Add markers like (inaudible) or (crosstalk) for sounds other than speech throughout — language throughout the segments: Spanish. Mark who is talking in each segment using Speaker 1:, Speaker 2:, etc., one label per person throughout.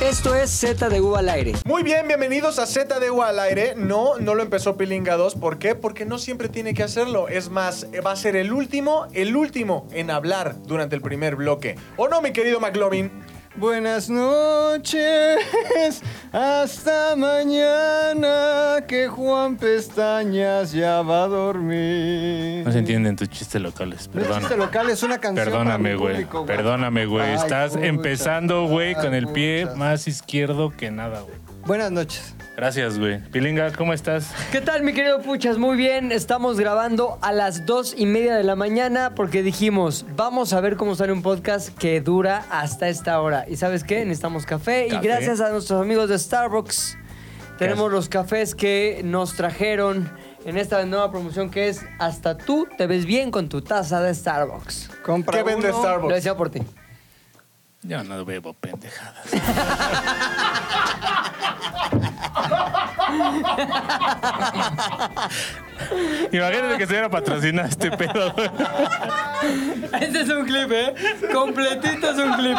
Speaker 1: Esto es Z de U al aire.
Speaker 2: Muy bien, bienvenidos a Z de U al aire. No, no lo empezó Pilinga 2. ¿Por qué? Porque no siempre tiene que hacerlo. Es más, eh, va a ser el último, el último en hablar durante el primer bloque. ¿O no, mi querido McLovin?
Speaker 3: Buenas noches, (laughs) hasta mañana que Juan Pestañas ya va a dormir.
Speaker 4: No se entienden tus chistes locales,
Speaker 3: No es
Speaker 4: perdona.
Speaker 3: chiste local, es una canción. para
Speaker 4: Perdóname,
Speaker 3: mi
Speaker 4: güey.
Speaker 3: público,
Speaker 4: Perdóname, güey.
Speaker 3: Ay,
Speaker 4: Estás
Speaker 3: pucha,
Speaker 4: empezando, güey, con el pie
Speaker 3: pucha.
Speaker 4: más izquierdo que nada, güey.
Speaker 3: Buenas noches.
Speaker 4: Gracias, güey. Pilinga, ¿cómo estás?
Speaker 1: ¿Qué tal, mi querido Puchas? Muy bien, estamos grabando a las dos y media de la mañana porque dijimos, vamos a ver cómo sale un podcast que dura hasta esta hora. ¿Y sabes qué? Necesitamos café, y
Speaker 4: Café.
Speaker 1: gracias a nuestros amigos de Starbucks tenemos
Speaker 4: Gracias.
Speaker 1: los cafés que nos trajeron en esta nueva promoción que es Hasta tú te ves bien con tu taza de Starbucks.
Speaker 3: Compra
Speaker 2: ¿Qué vende
Speaker 3: uno.
Speaker 2: Starbucks?
Speaker 1: Lo decía por ti.
Speaker 4: Yo no bebo pendejadas. Imagínate que estuviera patrocinado este pedo, güey.
Speaker 1: (laughs) Este es un clip, ¿eh? Completito es un clip.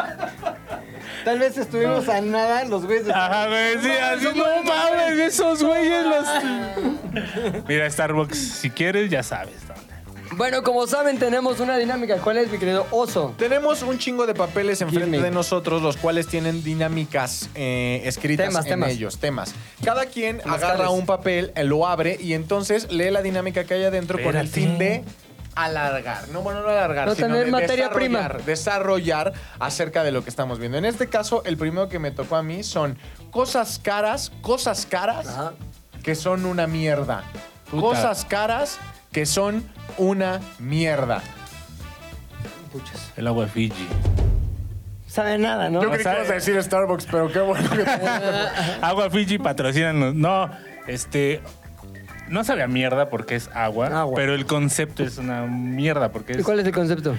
Speaker 3: Tal vez estuvimos a nada los güeyes de
Speaker 4: Ajá, güey, sí, así, no mames, esos güeyes los... Mira, Starbucks, si quieres, ya sabes dónde.
Speaker 1: Bueno, como saben, tenemos una dinámica. ¿Cuál es, mi querido oso?
Speaker 2: Tenemos un chingo de papeles enfrente
Speaker 1: Gimme.
Speaker 2: de nosotros, los cuales tienen dinámicas eh, escritas
Speaker 1: Temas,
Speaker 2: en
Speaker 1: temas.
Speaker 2: ellos, temas. Cada quien
Speaker 1: Temas,
Speaker 2: agarra
Speaker 1: temas.
Speaker 2: un papel, eh, lo abre y entonces lee la dinámica que hay adentro con el
Speaker 4: Espérate.
Speaker 2: fin de alargar. No, bueno, no alargar,
Speaker 1: No
Speaker 2: sino
Speaker 1: tener
Speaker 2: de
Speaker 1: materia prima.
Speaker 2: desarrollar, desarrollar acerca de lo que estamos viendo. En este caso, el primero que me tocó a mí son cosas caras, cosas caras
Speaker 1: Ajá.
Speaker 2: que son una mierda.
Speaker 4: Puta.
Speaker 2: Cosas caras que son una mierda.
Speaker 4: El agua Fiji.
Speaker 1: Sabe nada, ¿no?
Speaker 2: Yo creí que
Speaker 4: sea,
Speaker 2: ibas a decir Starbucks, pero qué bueno que te
Speaker 4: Agua Fiji, patrocínanos. No, este... No sabe a mierda porque es agua,
Speaker 1: Agua.
Speaker 4: pero el concepto es una mierda porque
Speaker 1: ¿Y
Speaker 4: es...
Speaker 1: cuál es el concepto?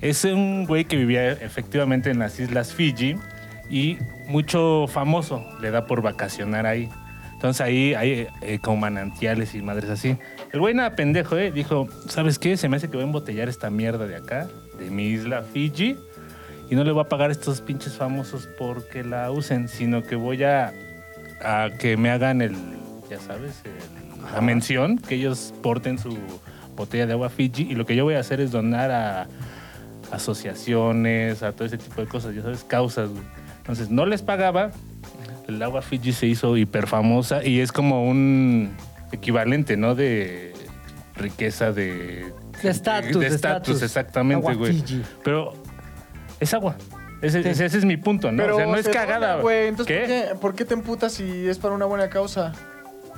Speaker 4: Es un güey que vivía efectivamente en las islas Fiji y mucho famoso le da por vacacionar ahí. Entonces ahí hay eh, como manantiales y madres así. El güey nada pendejo, ¿eh? Dijo, ¿sabes qué? Se me hace que voy a embotellar esta mierda de acá, de mi isla Fiji, y no le voy a pagar a estos pinches famosos porque la usen, sino que voy a, a que me hagan el, ya sabes, el- la mención, que ellos porten su botella de agua Fiji, y lo que yo voy a hacer es donar a asociaciones, a todo ese tipo de cosas, ya sabes, causas. güey. Entonces, no les pagaba. El agua Fiji se hizo hiper famosa y es como un equivalente, ¿no? De riqueza de.
Speaker 1: De estatus,
Speaker 4: De
Speaker 1: de estatus.
Speaker 4: estatus, exactamente,
Speaker 1: Agua
Speaker 4: güey.
Speaker 1: Fiji.
Speaker 4: Pero es agua. Ese, ese- ese es mi punto, ¿no? o sea, no es
Speaker 2: se
Speaker 4: cagada,
Speaker 2: dona, güey. Entonces,
Speaker 4: ¿Qué?
Speaker 2: ¿por qué, por qué te emputas si es para una buena causa?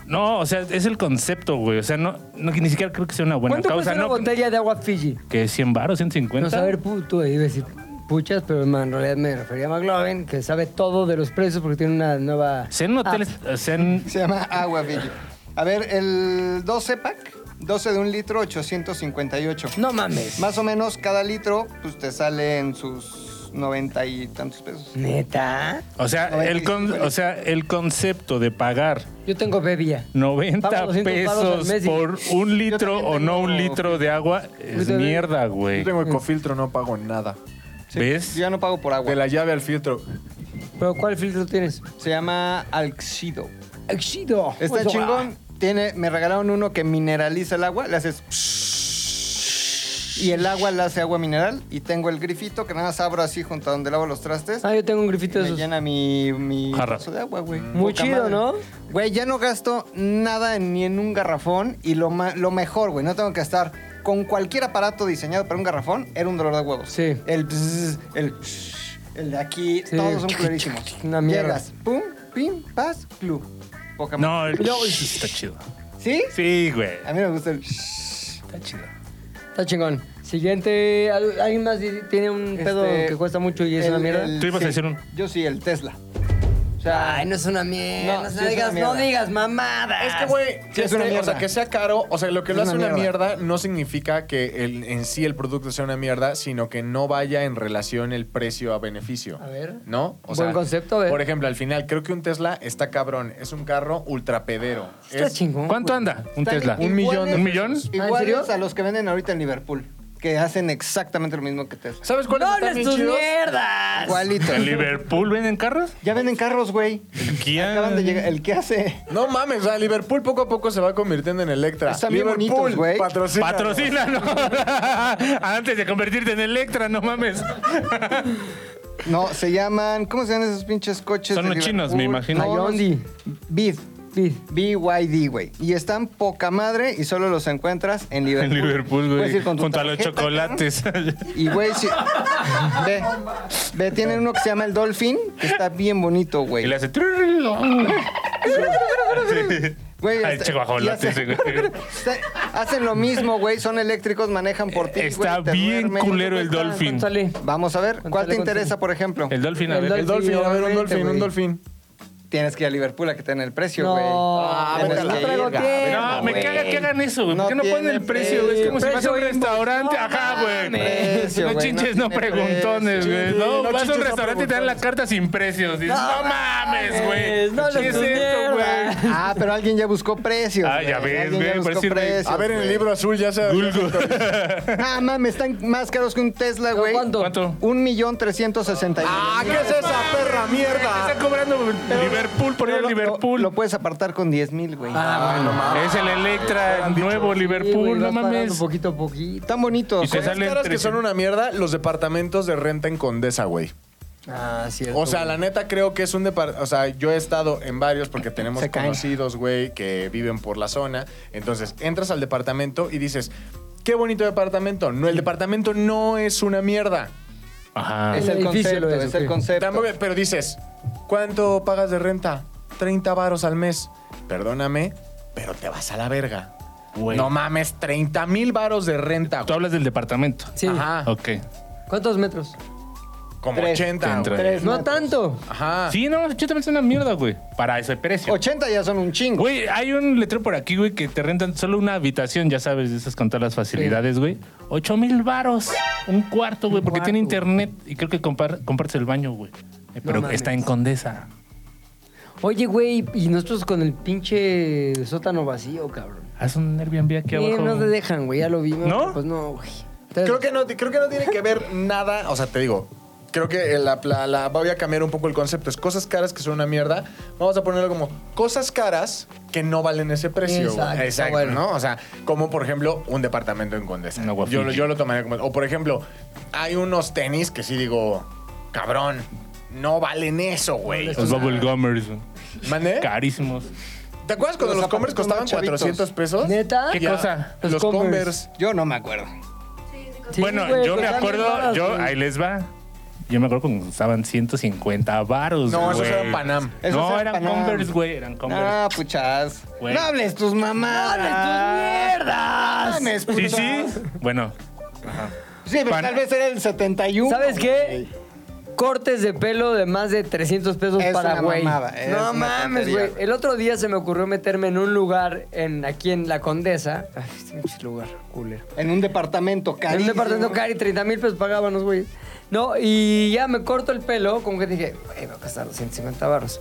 Speaker 4: No, o sea, es el concepto, güey. O sea, no, no ni siquiera creo que sea una buena
Speaker 1: ¿Cuánto
Speaker 4: causa.
Speaker 1: cuesta una
Speaker 4: No,
Speaker 1: botella de agua Fiji?
Speaker 4: que 100 baros, 150.
Speaker 1: No saber puto, iba a decir puchas, pero man, en realidad me refería a McLovin, que sabe todo de los precios porque tiene una nueva...
Speaker 4: Sea en hoteles, o sea, en-
Speaker 3: (laughs) Se llama Agua Villa. A ver, el 12 pack, 12 de un litro, 858.
Speaker 1: No mames.
Speaker 3: Más o menos cada litro, pues te sale en sus 90 y tantos pesos.
Speaker 1: ¿Neta?
Speaker 4: O sea, el con- o sea, el concepto de pagar
Speaker 1: Yo tengo bebía.
Speaker 4: 90
Speaker 1: Pago 200 varos al
Speaker 4: pesos
Speaker 1: mes y-
Speaker 4: por un litro
Speaker 3: también
Speaker 4: o no un
Speaker 3: tengo-
Speaker 4: litro de agua es
Speaker 1: también-
Speaker 4: mierda,
Speaker 2: Yo
Speaker 4: güey.
Speaker 2: tengo ecofiltro, no pago nada.
Speaker 4: ¿Ves?
Speaker 3: Yo ya no pago por agua.
Speaker 2: De la llave al filtro.
Speaker 1: ¿Pero cuál filtro tienes?
Speaker 3: Se llama Alxido.
Speaker 1: ¡Exido!
Speaker 3: Está
Speaker 1: Eso,
Speaker 3: chingón. Tiene, me regalaron uno que mineraliza el agua, le haces... Y el agua le hace agua mineral. Y tengo el grifito que nada más abro así junto a donde lavo los trastes.
Speaker 1: Ah, yo tengo un grifito de
Speaker 3: Me
Speaker 1: esos.
Speaker 3: llena mi, mi
Speaker 4: Jarra.
Speaker 3: vaso de agua, güey.
Speaker 1: Muy
Speaker 3: Poca
Speaker 1: chido,
Speaker 3: madre.
Speaker 1: ¿no?
Speaker 3: Güey, ya no gasto nada en- ni en un garrafón. Y lo, ma- lo mejor, güey, no tengo que estar con cualquier aparato diseñado para un garrafón. Era un dolor de huevos.
Speaker 1: Sí.
Speaker 3: El bzzz, el shh, el de aquí,
Speaker 1: Sí.
Speaker 3: todos son clarísimos.
Speaker 1: Una mierda.
Speaker 3: Llegas, pum, pim, pas, clu. Poca madre.
Speaker 4: No, el-
Speaker 1: Yo-
Speaker 4: está chido.
Speaker 3: ¿Sí?
Speaker 4: Sí, güey.
Speaker 3: A mí me gusta el
Speaker 1: Este,
Speaker 3: shh.
Speaker 4: Está chido.
Speaker 1: Está chingón. Siguiente, ¿al- ¿alguien más di- tiene un pedo
Speaker 3: Este,
Speaker 1: que cuesta mucho y es
Speaker 3: el-
Speaker 1: una mierda?
Speaker 3: el-
Speaker 4: Tú ibas a
Speaker 3: sí.
Speaker 4: decir un-
Speaker 3: Yo sí, el Tesla. O sea,
Speaker 1: Ay, no es una mierda.
Speaker 3: No,
Speaker 1: No,
Speaker 3: sí es una
Speaker 1: digas,
Speaker 3: mierda.
Speaker 1: no digas mamadas.
Speaker 2: Es que, güey,
Speaker 3: Sí, es
Speaker 2: este,
Speaker 3: una
Speaker 2: o
Speaker 3: mierda.
Speaker 2: sea, que sea caro, o sea, lo que
Speaker 3: Es
Speaker 2: lo hace
Speaker 3: una
Speaker 2: una mierda no significa que el- en sí el producto sea una mierda, sino que no vaya en relación el precio a beneficio.
Speaker 1: A ver.
Speaker 2: ¿No?
Speaker 1: Buen concepto, a ver.
Speaker 2: Por ejemplo, al final, creo que un Tesla está cabrón. Es un carro ultrapedero.
Speaker 1: Está
Speaker 2: Es-
Speaker 1: chingón.
Speaker 4: ¿Cuánto
Speaker 1: güey.
Speaker 4: anda un
Speaker 3: Están
Speaker 4: Tesla?
Speaker 3: iguales.
Speaker 4: ¿Un millón?
Speaker 3: Iguales
Speaker 1: serio?
Speaker 3: a los que venden ahorita en Liverpool. que hacen exactamente lo mismo que Tesla.
Speaker 2: ¿Sabes cuáles
Speaker 1: ¡No
Speaker 2: están
Speaker 1: hables
Speaker 2: bien
Speaker 1: tus
Speaker 2: chidos?
Speaker 1: mierdas!
Speaker 3: Igualito.
Speaker 4: ¿En Liverpool venden carros?
Speaker 3: Ya venden carros, güey.
Speaker 4: El Kia.
Speaker 3: Acaban de llegar. El que hace.
Speaker 2: No mames, o sea, Liverpool poco a poco se va convirtiendo en Electra.
Speaker 3: Están bien
Speaker 2: Liverpool,
Speaker 3: bonitos, güey.
Speaker 2: patrocina.
Speaker 4: Patrocina, ¿no? (laughs) Antes de convertirte en Electra, no mames.
Speaker 3: No, se llaman. ¿Cómo se llaman esos pinches coches?
Speaker 4: Son
Speaker 3: de
Speaker 4: los chinos, me
Speaker 3: Liverpool?
Speaker 4: imagino.
Speaker 3: No, los-
Speaker 1: Hyundai.
Speaker 3: Bid.
Speaker 1: Sí.
Speaker 3: BYD, güey. Y están poca madre y solo los encuentras en
Speaker 4: En
Speaker 3: Liverpool.
Speaker 4: Liverpool,
Speaker 3: Puedes
Speaker 4: güey.
Speaker 3: ir con tu
Speaker 4: Junto a los
Speaker 3: tarjeta,
Speaker 4: chocolates.
Speaker 3: Y güey, si... ve, ve, tienen uno que se llama el Dolphin, que está bien bonito,
Speaker 4: (laughs) y
Speaker 3: güey.
Speaker 4: le hace.
Speaker 3: Güey,
Speaker 4: Ay,
Speaker 3: hasta-
Speaker 4: che, guajolote
Speaker 3: y hace-
Speaker 4: ese, güey.
Speaker 3: (laughs) Está- Hacen lo mismo, güey, son eléctricos, manejan por ti. güey,
Speaker 4: Está
Speaker 3: te
Speaker 4: bien
Speaker 3: duermen.
Speaker 4: culero el
Speaker 1: Ah,
Speaker 4: Dolphin.
Speaker 1: cuéntale.
Speaker 3: Vamos a ver, ¿cuál
Speaker 1: Cuéntale,
Speaker 3: te interesa, por ejemplo?
Speaker 4: El Dolphin, a
Speaker 1: El
Speaker 4: ver.
Speaker 2: El Dolphin, a ver, un
Speaker 1: Obviamente,
Speaker 2: Dolphin, un
Speaker 1: güey.
Speaker 2: Dolphin.
Speaker 3: Tienes que ir a Liverpool a que te den el precio, güey.
Speaker 1: (laughs) Ah, No,
Speaker 3: Tienes
Speaker 2: vete a la
Speaker 3: que ir,
Speaker 2: verga,
Speaker 3: güey.
Speaker 1: vete.
Speaker 4: No, me
Speaker 1: güey.
Speaker 4: caga que hagan eso, güey.
Speaker 3: No
Speaker 4: ¿Por qué no ponen
Speaker 3: tiene
Speaker 4: el precio, güey?
Speaker 3: precio.
Speaker 4: Es como si vas a un
Speaker 1: Precio inbox.
Speaker 4: restaurante.
Speaker 1: No
Speaker 4: Ajá, güey.
Speaker 3: mames.
Speaker 4: no
Speaker 3: Precio,
Speaker 4: chinches,
Speaker 3: güey, no
Speaker 4: no
Speaker 3: tiene
Speaker 4: preguntones,
Speaker 3: precio.
Speaker 4: güey.
Speaker 2: Sí,
Speaker 4: No,
Speaker 2: no
Speaker 4: vas a
Speaker 2: chinches,
Speaker 4: un
Speaker 2: no
Speaker 4: restaurante y te dan la
Speaker 2: preguntones.
Speaker 4: carta sin precios. Dices,
Speaker 1: No
Speaker 4: no mames, güey.
Speaker 1: no
Speaker 4: ¿Qué
Speaker 1: hables
Speaker 4: es
Speaker 1: tus
Speaker 4: esto,
Speaker 1: mierdas.
Speaker 4: güey?
Speaker 3: Ah, pero alguien ya buscó precios.
Speaker 4: Ah, ya
Speaker 3: güey.
Speaker 4: ves,
Speaker 3: Alguien
Speaker 4: güey, por
Speaker 3: buscó
Speaker 4: decir, güey.
Speaker 3: precios,
Speaker 2: A ver, en el
Speaker 3: güey.
Speaker 2: libro azul ya se...
Speaker 3: Ah, mames, están más caros que un Tesla, güey.
Speaker 1: ¿Cuánto?
Speaker 4: (laughs) ¿Cuánto?
Speaker 3: Un millón trescientos sesenta y nueve
Speaker 2: ¡Ah,
Speaker 3: mil.
Speaker 2: qué es esa perra
Speaker 4: Está
Speaker 2: mierda!
Speaker 4: cobrando Liverpool por
Speaker 3: Pero
Speaker 4: el
Speaker 3: lo-
Speaker 4: Liverpool.
Speaker 3: Lo, lo puedes apartar con diez mil, güey.
Speaker 1: Ah, bueno, mames.
Speaker 4: es el Electra, el nuevo
Speaker 1: Sí,
Speaker 4: Liverpool,
Speaker 1: güey,
Speaker 4: no
Speaker 1: vas parando
Speaker 4: mames.
Speaker 1: Poquito a poquito.
Speaker 3: Están bonitos.
Speaker 4: Y te
Speaker 3: güey.
Speaker 4: sale-
Speaker 2: Las caras que son una mierda, los departamentos de renta en Condesa, güey.
Speaker 1: Ah, cierto.
Speaker 2: O sea, la neta creo que es un departamento. O sea, yo he estado en varios porque tenemos
Speaker 3: Se caen.
Speaker 2: conocidos, güey, que viven por la zona. Entonces, entras al departamento y dices, qué bonito departamento. No, el departamento no es una mierda.
Speaker 4: Ajá.
Speaker 3: Es
Speaker 1: El
Speaker 3: el
Speaker 1: edificio
Speaker 3: concepto,
Speaker 1: lo es,
Speaker 3: es el
Speaker 1: ok.
Speaker 3: concepto.
Speaker 2: Tampoco- pero dices, ¿cuánto pagas de renta? 30 varos al mes. Perdóname, pero te vas a la verga.
Speaker 4: Güey.
Speaker 2: No mames, 30 mil varos de renta.
Speaker 4: Tú
Speaker 2: güey.
Speaker 4: hablas del departamento.
Speaker 1: Sí. Ah.
Speaker 2: Ajá.
Speaker 4: Ok.
Speaker 1: ¿Cuántos metros?
Speaker 2: Como
Speaker 3: Tres.
Speaker 2: 80.
Speaker 4: Te entra.
Speaker 2: güey.
Speaker 3: Tres
Speaker 1: No
Speaker 3: metros.
Speaker 1: tanto.
Speaker 2: Ajá.
Speaker 4: Sí, no, yo también soy una mierda, güey. Para ese precio.
Speaker 3: 80 ya son un chingo.
Speaker 4: Güey, hay un letrero por aquí, güey, que te rentan solo una habitación, ya sabes, de esas con todas las facilidades, güey. Ocho mil varos. Un cuarto, güey, porque tiene internet y creo que compar- compartes el baño, güey. Eh, Pero
Speaker 1: mames.
Speaker 4: está en Condesa.
Speaker 1: Oye, güey, y nosotros con el pinche sótano vacío, cabrón.
Speaker 4: Haz un Airbnb aquí
Speaker 1: Eh,
Speaker 4: abajo.
Speaker 1: no te dejan, güey, ya lo vimos.
Speaker 4: ¿No?
Speaker 1: Pues no, güey.
Speaker 2: Creo que no, creo que no tiene que ver nada. O sea, te digo. Creo que la, la- la- voy a cambiar un poco el concepto. Es cosas caras que son una mierda. Vamos a ponerlo como cosas caras que no valen ese precio. güey.
Speaker 1: Exacto,
Speaker 2: Exacto,
Speaker 1: bueno.
Speaker 2: ¿no? O sea, como por ejemplo un departamento en Condesa.
Speaker 4: Una guafilla.
Speaker 2: Yo, lo- yo lo tomaría como... O por ejemplo, hay unos tenis que sí digo, cabrón, no valen eso, güey.
Speaker 4: Los Bubble Gummers, güey.
Speaker 2: ¿Mande?
Speaker 4: Carísimos.
Speaker 2: ¿Te acuerdas cuando
Speaker 3: Los
Speaker 2: los, Converse
Speaker 3: zapatos
Speaker 2: costaban
Speaker 3: más chavitos.
Speaker 2: 400 pesos?
Speaker 1: ¿Neta?
Speaker 4: ¿Qué
Speaker 2: Ya,
Speaker 4: cosa?
Speaker 1: Los
Speaker 2: Los,
Speaker 1: Converse.
Speaker 2: Converse.
Speaker 3: Yo no me acuerdo.
Speaker 1: Sí,
Speaker 4: bueno,
Speaker 1: güey,
Speaker 4: yo me
Speaker 1: pues, también
Speaker 4: acuerdo,
Speaker 1: varas,
Speaker 4: yo,
Speaker 1: güey.
Speaker 4: ahí les va. Yo me acuerdo cuando estaban 150 varos,
Speaker 2: No, esos
Speaker 4: güey.
Speaker 2: eran Panam.
Speaker 3: Esos
Speaker 4: no,
Speaker 3: eran
Speaker 4: eran
Speaker 3: Panam.
Speaker 4: Converse, güey, eran Converse.
Speaker 3: Ah, puchas.
Speaker 4: Güey.
Speaker 3: No hables tus mamadas.
Speaker 1: ¡Mierda!
Speaker 3: No hables,
Speaker 4: sí,
Speaker 3: puchas.
Speaker 4: sí. Bueno,
Speaker 3: Sí, pero
Speaker 4: Pan-
Speaker 3: tal vez era el 71.
Speaker 1: ¿Sabes qué? Cortes de pelo de más de 300 pesos
Speaker 3: Es
Speaker 1: para
Speaker 3: una
Speaker 1: güey.
Speaker 3: mamada, es
Speaker 1: No
Speaker 3: una
Speaker 1: mames,
Speaker 3: tontería,
Speaker 1: güey. El otro día se me ocurrió meterme en un lugar en, aquí en La Condesa. Ay, este pinche lugar, culero.
Speaker 3: En un departamento
Speaker 1: En
Speaker 3: carísimo.
Speaker 1: un departamento cari, 30 mil pesos pagábamos, güey. No, y ya me corto el pelo, como que dije, güey, me va a costar 250 barros.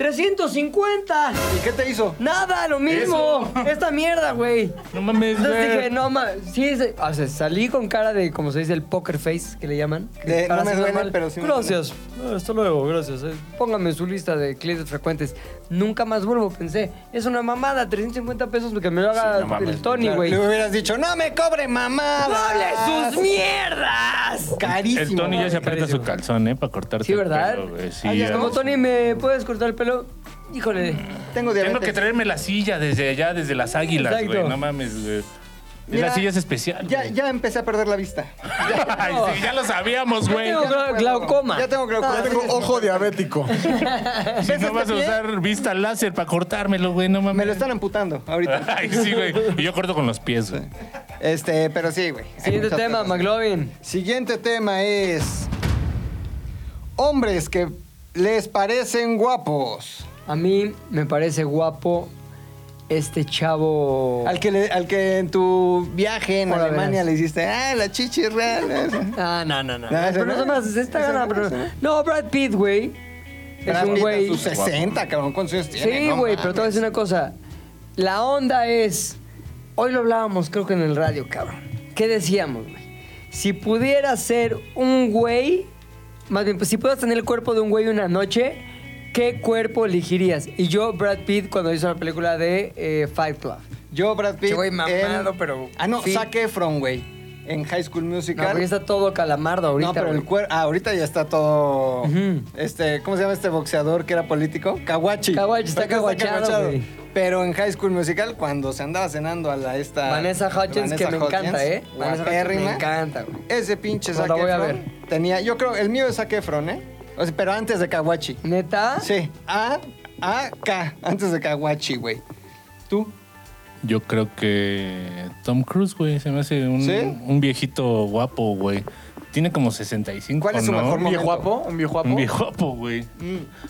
Speaker 1: ¡350!
Speaker 3: ¿Y qué te hizo?
Speaker 1: Nada, lo mismo. Esta mierda, güey.
Speaker 4: no mames,
Speaker 1: Entonces dije,
Speaker 4: güey.
Speaker 1: no mames, sí, sí. o sea, salí con cara de, como se dice, el poker face que le llaman.
Speaker 3: De,
Speaker 1: Cara
Speaker 3: no me
Speaker 1: así
Speaker 3: duele,
Speaker 1: normal.
Speaker 3: pero sí me
Speaker 1: Gracias. Ah, Hasta luego, gracias. eh. Póngame su lista de clientes frecuentes. Nunca más vuelvo, pensé. Es una mamada, 350 pesos que me lo haga
Speaker 4: Sí, no mames.
Speaker 1: el Tony,
Speaker 3: Claro,
Speaker 1: güey.
Speaker 3: Le hubieras dicho, no me cobre mamá.
Speaker 1: ¡Doble sus mierdas!
Speaker 3: Carísimo.
Speaker 4: El Tony ya se aprieta
Speaker 1: Carísimo.
Speaker 4: su calzón, ¿eh? Para cortarte
Speaker 1: Sí, Mm, ¿verdad?
Speaker 4: el pelo, güey. Sí,
Speaker 1: Ay,
Speaker 4: ya.
Speaker 1: como Tony, ¿me puedes cortar el pelo? Híjole.
Speaker 3: Tengo diabetes.
Speaker 4: Tengo que traerme la silla desde allá, desde las águilas,
Speaker 1: Exacto.
Speaker 4: güey. No mames, güey.
Speaker 3: Mira,
Speaker 4: la silla es especial.
Speaker 3: Ya,
Speaker 4: güey.
Speaker 3: ya empecé a perder la vista.
Speaker 4: (laughs) Ay, sí, ya lo sabíamos, güey.
Speaker 1: Tengo gla-
Speaker 3: puedo.
Speaker 1: glaucoma. Ah,
Speaker 3: Ya tengo oh, glaucoma.
Speaker 2: Ya tengo ojo diabético.
Speaker 4: Si
Speaker 3: ¿Ves
Speaker 4: no
Speaker 3: este
Speaker 4: vas a
Speaker 3: pie?
Speaker 4: usar vista láser para cortármelo, güey. No mames.
Speaker 3: Me lo están amputando ahorita.
Speaker 4: (laughs) Ay, sí, güey. Y yo corto con los pies, güey.
Speaker 3: Este, pero sí, güey. hay
Speaker 1: Siguiente
Speaker 3: muchas
Speaker 1: tema,
Speaker 3: cosas.
Speaker 1: McLovin.
Speaker 3: Siguiente tema es. Hombres que les parecen guapos.
Speaker 1: A mí me parece guapo este chavo.
Speaker 3: Al que, le- al que en tu viaje en
Speaker 1: Hola,
Speaker 3: Alemania
Speaker 1: verás.
Speaker 3: le hiciste, ah, la chichi
Speaker 1: (laughs)
Speaker 3: es real.
Speaker 1: Ah, no, no, no.
Speaker 3: No, ese
Speaker 1: pero
Speaker 3: no.
Speaker 1: no, más, esta
Speaker 3: Ese
Speaker 1: gana,
Speaker 3: no,
Speaker 1: pero-
Speaker 3: ese no.
Speaker 1: No, Brad Pitt, güey. Es
Speaker 3: Brad
Speaker 1: un
Speaker 3: Pitt a
Speaker 1: güey.
Speaker 3: sus 60, cabrón, ¿cuántos años tiene?
Speaker 1: Sí,
Speaker 3: No
Speaker 1: güey,
Speaker 3: mames.
Speaker 1: pero te voy a decir una cosa. La onda es. Hoy lo hablábamos, creo que en el radio, cabrón. ¿qué decíamos, güey? Si pudieras ser un güey, más bien, pues si pudieras tener el cuerpo de un güey una noche, ¿qué cuerpo elegirías? Y yo, Brad Pitt, cuando hizo la película de eh, Fight Club.
Speaker 3: Yo, Brad Pitt.
Speaker 5: Ese güey mamado,
Speaker 3: en-
Speaker 5: pero
Speaker 3: Ah, no,
Speaker 5: fit.
Speaker 3: Zac Efron, güey. En High School
Speaker 1: No,
Speaker 3: Musical.
Speaker 1: porque está todo calamardo ahorita,
Speaker 3: No, pero
Speaker 1: güey.
Speaker 3: el cuerpo. Ah, ahorita ya está todo.
Speaker 1: Ujú.
Speaker 3: Este, ¿cómo se llama este boxeador que era político? Kawachi.
Speaker 1: Kawachi, está
Speaker 3: Ahorita
Speaker 1: kawachiado, güey.
Speaker 3: Pero en High School Musical, cuando se andaba cenando a la esta.
Speaker 1: Vanessa Hudgens, que me
Speaker 3: Vanessa
Speaker 1: encanta,
Speaker 3: Hudgens,
Speaker 1: ¿eh? Vanessa Hudgens,
Speaker 3: guapérrima,
Speaker 1: me encanta, güey.
Speaker 3: Ese pinche
Speaker 1: Pues
Speaker 3: Zac
Speaker 1: la voy a
Speaker 3: Efron Tenía, yo creo, el mío es Zac Efron, ¿eh? O sea, pero antes de Kawachi.
Speaker 1: ¿Neta?
Speaker 3: Sí, A, A, K, antes de Kawachi, güey. ¿Tú?
Speaker 4: Yo creo que Tom Cruise, güey, se me hace un,
Speaker 3: ¿Sí?
Speaker 4: un viejito guapo, güey. Tiene como 65,
Speaker 3: ¿Cuál es su
Speaker 4: ¿no?
Speaker 3: mejor Mm.
Speaker 2: ¿Un viejo
Speaker 3: momento.
Speaker 2: guapo? ¿Un viejo
Speaker 4: Un
Speaker 2: guapo?
Speaker 4: viejo guapo, güey.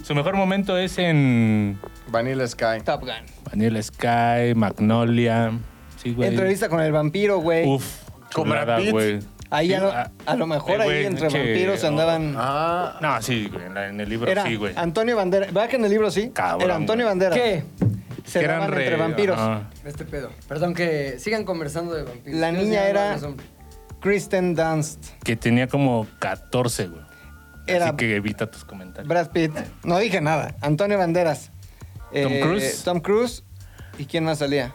Speaker 4: Su mejor momento es en
Speaker 2: Vanilla Sky.
Speaker 3: Top Gun.
Speaker 4: Vanilla Sky, Magnolia. Sí, güey.
Speaker 3: Entrevista con el vampiro, güey.
Speaker 4: Uf.
Speaker 2: Con
Speaker 4: chulada,
Speaker 2: Brad Pitt.
Speaker 4: güey.
Speaker 3: Ahí
Speaker 4: Sí,
Speaker 3: a, lo,
Speaker 4: ah,
Speaker 3: a lo mejor
Speaker 4: eh,
Speaker 3: ahí
Speaker 4: güey,
Speaker 3: entre
Speaker 4: che,
Speaker 3: vampiros
Speaker 4: oh.
Speaker 3: andaban.
Speaker 2: Ah,
Speaker 4: No, sí, güey. en la- En el libro
Speaker 3: Era
Speaker 4: sí, güey.
Speaker 3: Antonio Banderas. ¿Verdad que en el libro sí?
Speaker 4: Cabrón,
Speaker 3: Era Antonio
Speaker 4: güey.
Speaker 3: Banderas.
Speaker 1: ¿Qué?
Speaker 3: Se
Speaker 4: Que
Speaker 3: daban
Speaker 4: re-
Speaker 3: entre vampiros.
Speaker 4: ajá.
Speaker 1: Este pedo. Perdón que sigan conversando de vampiros.
Speaker 3: La
Speaker 1: Yo
Speaker 3: niña
Speaker 1: sí,
Speaker 3: era-
Speaker 1: no, no, no.
Speaker 3: Kristen Dunst.
Speaker 4: Que tenía como 14, güey.
Speaker 3: Era
Speaker 4: Así que evita tus comentarios.
Speaker 3: Brad Pitt. No dije nada. Antonio Banderas. Eh,
Speaker 4: Tom Cruise.
Speaker 3: Tom Cruise. ¿Y quién más salía?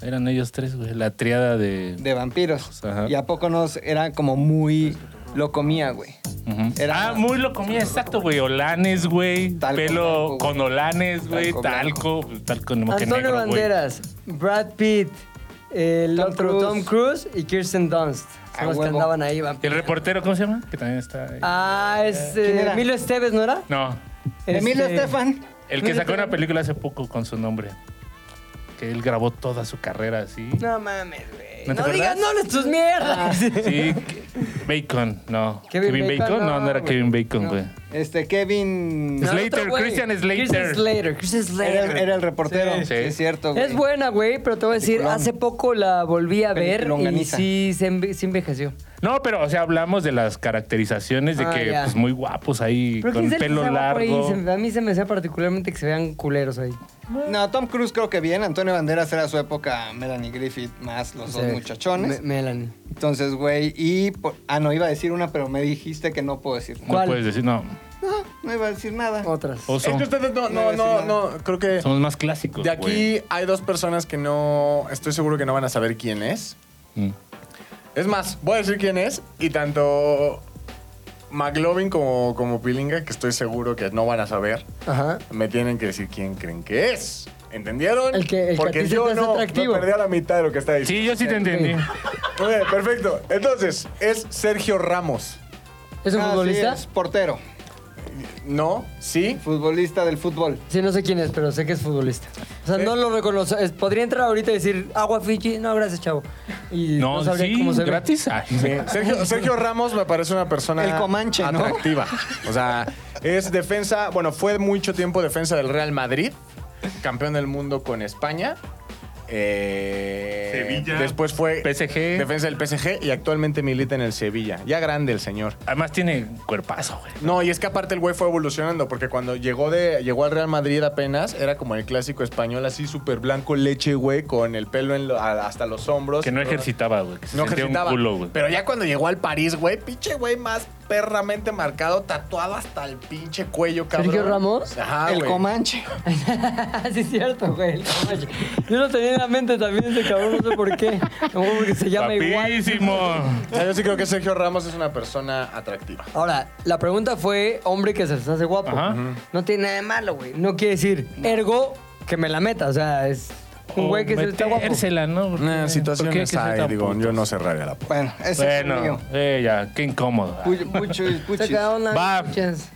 Speaker 4: Eran ellos tres, güey. La triada de.
Speaker 3: De vampiros.
Speaker 4: Pues, Ajá.
Speaker 3: Y a poco nos era como muy. Lo comía, güey.
Speaker 4: Ujú.
Speaker 3: Era-
Speaker 4: Ah, muy lo comía, exacto, güey. Olanes, güey.
Speaker 3: Talco
Speaker 4: Pelo
Speaker 3: blanco, güey.
Speaker 4: con olanes, güey.
Speaker 3: Talco
Speaker 4: Talco. pues, Talco, no que
Speaker 1: Antonio
Speaker 4: negro, güey.
Speaker 1: Banderas, Brad Pitt, el
Speaker 3: Tom
Speaker 1: otro
Speaker 3: Cruise.
Speaker 1: Tom Cruise y Kirsten Dunst.
Speaker 3: A
Speaker 1: Son los que
Speaker 3: huevo.
Speaker 1: andaban ahí, va.
Speaker 4: El reportero, ¿cómo se llama? Que también está ahí.
Speaker 1: Ah, es
Speaker 3: ¿Quién
Speaker 1: eh,
Speaker 3: era?
Speaker 1: Emilio Esteves, ¿no era?
Speaker 4: No.
Speaker 3: Emilio
Speaker 1: Este-
Speaker 3: Estefan.
Speaker 4: El que
Speaker 1: Mira,
Speaker 4: sacó
Speaker 1: pero-
Speaker 4: una película hace poco con su nombre. Que él grabó toda su carrera así.
Speaker 1: No mames, güey.
Speaker 4: ¿No te
Speaker 1: No, digas
Speaker 4: acuerdas?
Speaker 1: no tus
Speaker 3: Ah.
Speaker 1: mierdas.
Speaker 4: Sí. que- Bacon, no.
Speaker 1: Kevin
Speaker 4: Kevin,
Speaker 1: Bacon,
Speaker 4: Bacon, no, no era
Speaker 1: no,
Speaker 4: Kevin
Speaker 1: güey.
Speaker 4: Bacon,
Speaker 1: No.
Speaker 4: güey.
Speaker 3: Este,
Speaker 1: No,
Speaker 3: Kevin.
Speaker 4: (laughs) Slater,
Speaker 1: otro güey.
Speaker 4: Christian Slater.
Speaker 1: Christian Slater, Christian
Speaker 3: Era,
Speaker 1: Slater.
Speaker 3: el- era el reportero. Sí,
Speaker 4: Sí.
Speaker 3: es cierto, güey.
Speaker 1: es buena, güey, pero te voy a decir,
Speaker 3: Peliculón.
Speaker 1: hace poco la volví a ver y
Speaker 3: Peliculonganiza.
Speaker 1: sí se, enve- sí envejeció.
Speaker 4: No, pero, o sea, hablamos de las caracterizaciones de
Speaker 1: Ah,
Speaker 4: que,
Speaker 1: ya.
Speaker 4: pues, muy guapos ahí,
Speaker 1: Pero
Speaker 4: con
Speaker 1: ¿quién se les
Speaker 4: pelo
Speaker 1: hace guapo ahí?
Speaker 4: largo.
Speaker 1: Se- a mí se me hacía particularmente que se vean culeros ahí.
Speaker 3: No, Tom Cruise creo que bien. Antonio Banderas era su época, Melanie Griffith más los dos
Speaker 1: Sí.
Speaker 3: muchachones.
Speaker 1: Me- Melanie.
Speaker 3: Entonces, güey, y... por- Ah, no, iba a decir una, pero me dijiste que no puedo decir nada.
Speaker 4: No
Speaker 1: ¿Cuál?
Speaker 4: puedes decir, no.
Speaker 3: No, no iba a decir nada.
Speaker 1: Otras.
Speaker 4: Oso.
Speaker 2: es que ustedes no, no, no, no, creo que...
Speaker 4: Somos más clásicos.
Speaker 2: De aquí hay dos personas que no... Estoy seguro que no van a saber quién es.
Speaker 4: güey. Mm.
Speaker 2: Es más, voy a decir quién es y tanto McLovin como, como Pilinga, que estoy seguro que no van a saber,
Speaker 1: Ajá.
Speaker 2: me tienen que decir quién creen que es. ¿Entendieron?
Speaker 1: El que- el que
Speaker 2: Porque
Speaker 1: a ti se te
Speaker 2: yo
Speaker 1: hace
Speaker 2: no,
Speaker 1: atractivo.
Speaker 2: no perdí a la mitad de lo que está
Speaker 4: Sí,
Speaker 2: diciendo.
Speaker 4: yo sí te entendí.
Speaker 2: Muy bien, perfecto. Entonces, es Sergio Ramos.
Speaker 1: ¿Es un
Speaker 3: Ah, sí,
Speaker 1: futbolista?
Speaker 3: es portero.
Speaker 2: ¿No? ¿Sí?
Speaker 3: Futbolista del fútbol.
Speaker 1: Sí, no sé quién es, pero sé que es futbolista. O sea,
Speaker 2: Sí.
Speaker 1: no lo reconozco. Es- Podría entrar ahorita y decir, agua Fiji. No, gracias, chavo. Y no,
Speaker 4: (laughs) No,
Speaker 1: sabría
Speaker 4: sí,
Speaker 1: cómo se ve. (laughs)
Speaker 4: gratis. Ay,
Speaker 2: Sergio, Sergio Ramos me parece una persona
Speaker 3: El Comanche, ¿no?
Speaker 2: atractiva. O sea, es defensa, bueno, fue mucho tiempo defensa del Real Madrid, campeón del mundo con España. Eh,
Speaker 4: Sevilla.
Speaker 2: Después fue
Speaker 4: PSG.
Speaker 2: defensa del PSG y actualmente milita en el Sevilla. Ya grande el señor.
Speaker 4: Además tiene cuerpazo, güey.
Speaker 2: No, y es que aparte el güey fue evolucionando, porque cuando llegó de llegó al Real Madrid apenas, era como el clásico español, así súper blanco leche, güey, con el pelo en lo- a- hasta los hombros.
Speaker 4: Que no
Speaker 2: ejercitaba
Speaker 4: ejercitaba, güey. Que se
Speaker 2: no
Speaker 4: sentía
Speaker 2: ejercitaba.
Speaker 4: un culo, güey.
Speaker 2: Pero ya cuando llegó al París, güey, pinche güey más perramente marcado, tatuado hasta el pinche cuello, cabrón.
Speaker 1: ¿Sergio Ramos?
Speaker 2: Ajá, Ah,
Speaker 3: el
Speaker 2: güey.
Speaker 3: Comanche.
Speaker 1: Ah, sí, es cierto, güey. el Camacho. Yo lo tenía en la mente también ese cabrón, no sé por qué. A lo mejor Porque se llama igual.
Speaker 4: Guapísimo.
Speaker 2: O sea, yo sí creo que Sergio Ramos es una persona atractiva.
Speaker 1: Ahora, la pregunta fue, hombre que se les hace guapo.
Speaker 4: Ajá.
Speaker 1: No tiene nada de malo, güey. No quiere decir, ergo, que me la meta. O sea, es (laughs) un güey que se está guapo.
Speaker 4: Metérsela, ¿no? Porque- ¿por qué hay que ser tan putos?
Speaker 2: cerraría la puerta.
Speaker 3: Bueno, ese es el mío.
Speaker 4: Bueno, eh, ya, qué incómodo.
Speaker 3: Puch- puchis, puchis.
Speaker 1: Saca una-
Speaker 4: Va.
Speaker 1: muchas.